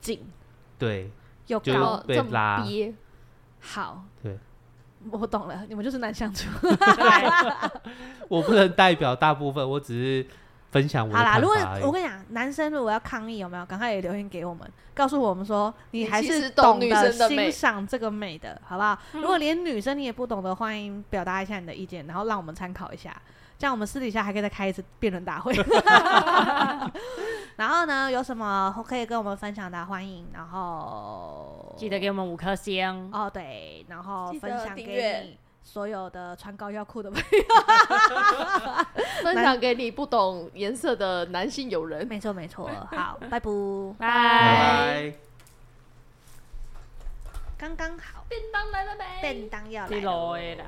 Speaker 5: 紧
Speaker 4: 对
Speaker 5: 又
Speaker 4: 就是
Speaker 5: 高，
Speaker 4: 被
Speaker 3: 这么
Speaker 4: 拉
Speaker 3: 憋，
Speaker 5: 好，
Speaker 4: 对，
Speaker 5: 我懂了，你们就是难相处。
Speaker 4: 我不能代表大部分，我只是分享我的
Speaker 5: 好啦，
Speaker 4: 看
Speaker 5: 如果
Speaker 4: 法而已
Speaker 5: 我跟你讲，男生如果要抗议有没有，赶快也留言给我们，告诉我们说你
Speaker 3: 你
Speaker 5: 还
Speaker 3: 其
Speaker 5: 是
Speaker 3: 实懂女
Speaker 5: 得
Speaker 3: 生的美
Speaker 5: 欣赏这个美的，好不好？如果连女生你也不懂得，欢迎表达一下你的意见，然后让我们参考一下，这样我们私底下还可以再开一次辩论大会。然后呢，有什么可以跟我们分享的，欢迎。然后
Speaker 6: 记得给我们五颗星，
Speaker 5: 哦，对，然后
Speaker 3: 记
Speaker 5: 分
Speaker 3: 得
Speaker 5: 享
Speaker 3: 订阅
Speaker 5: 给你所有的穿高腰裤的朋友。
Speaker 3: 分享给你不懂颜色的男性友人。
Speaker 5: 没错，没错。好，拜拜。
Speaker 6: 拜。
Speaker 4: 拜拜
Speaker 5: 刚刚好，
Speaker 3: 便当来了没？
Speaker 5: 便当要来
Speaker 6: 你
Speaker 5: 了
Speaker 6: 落的啦。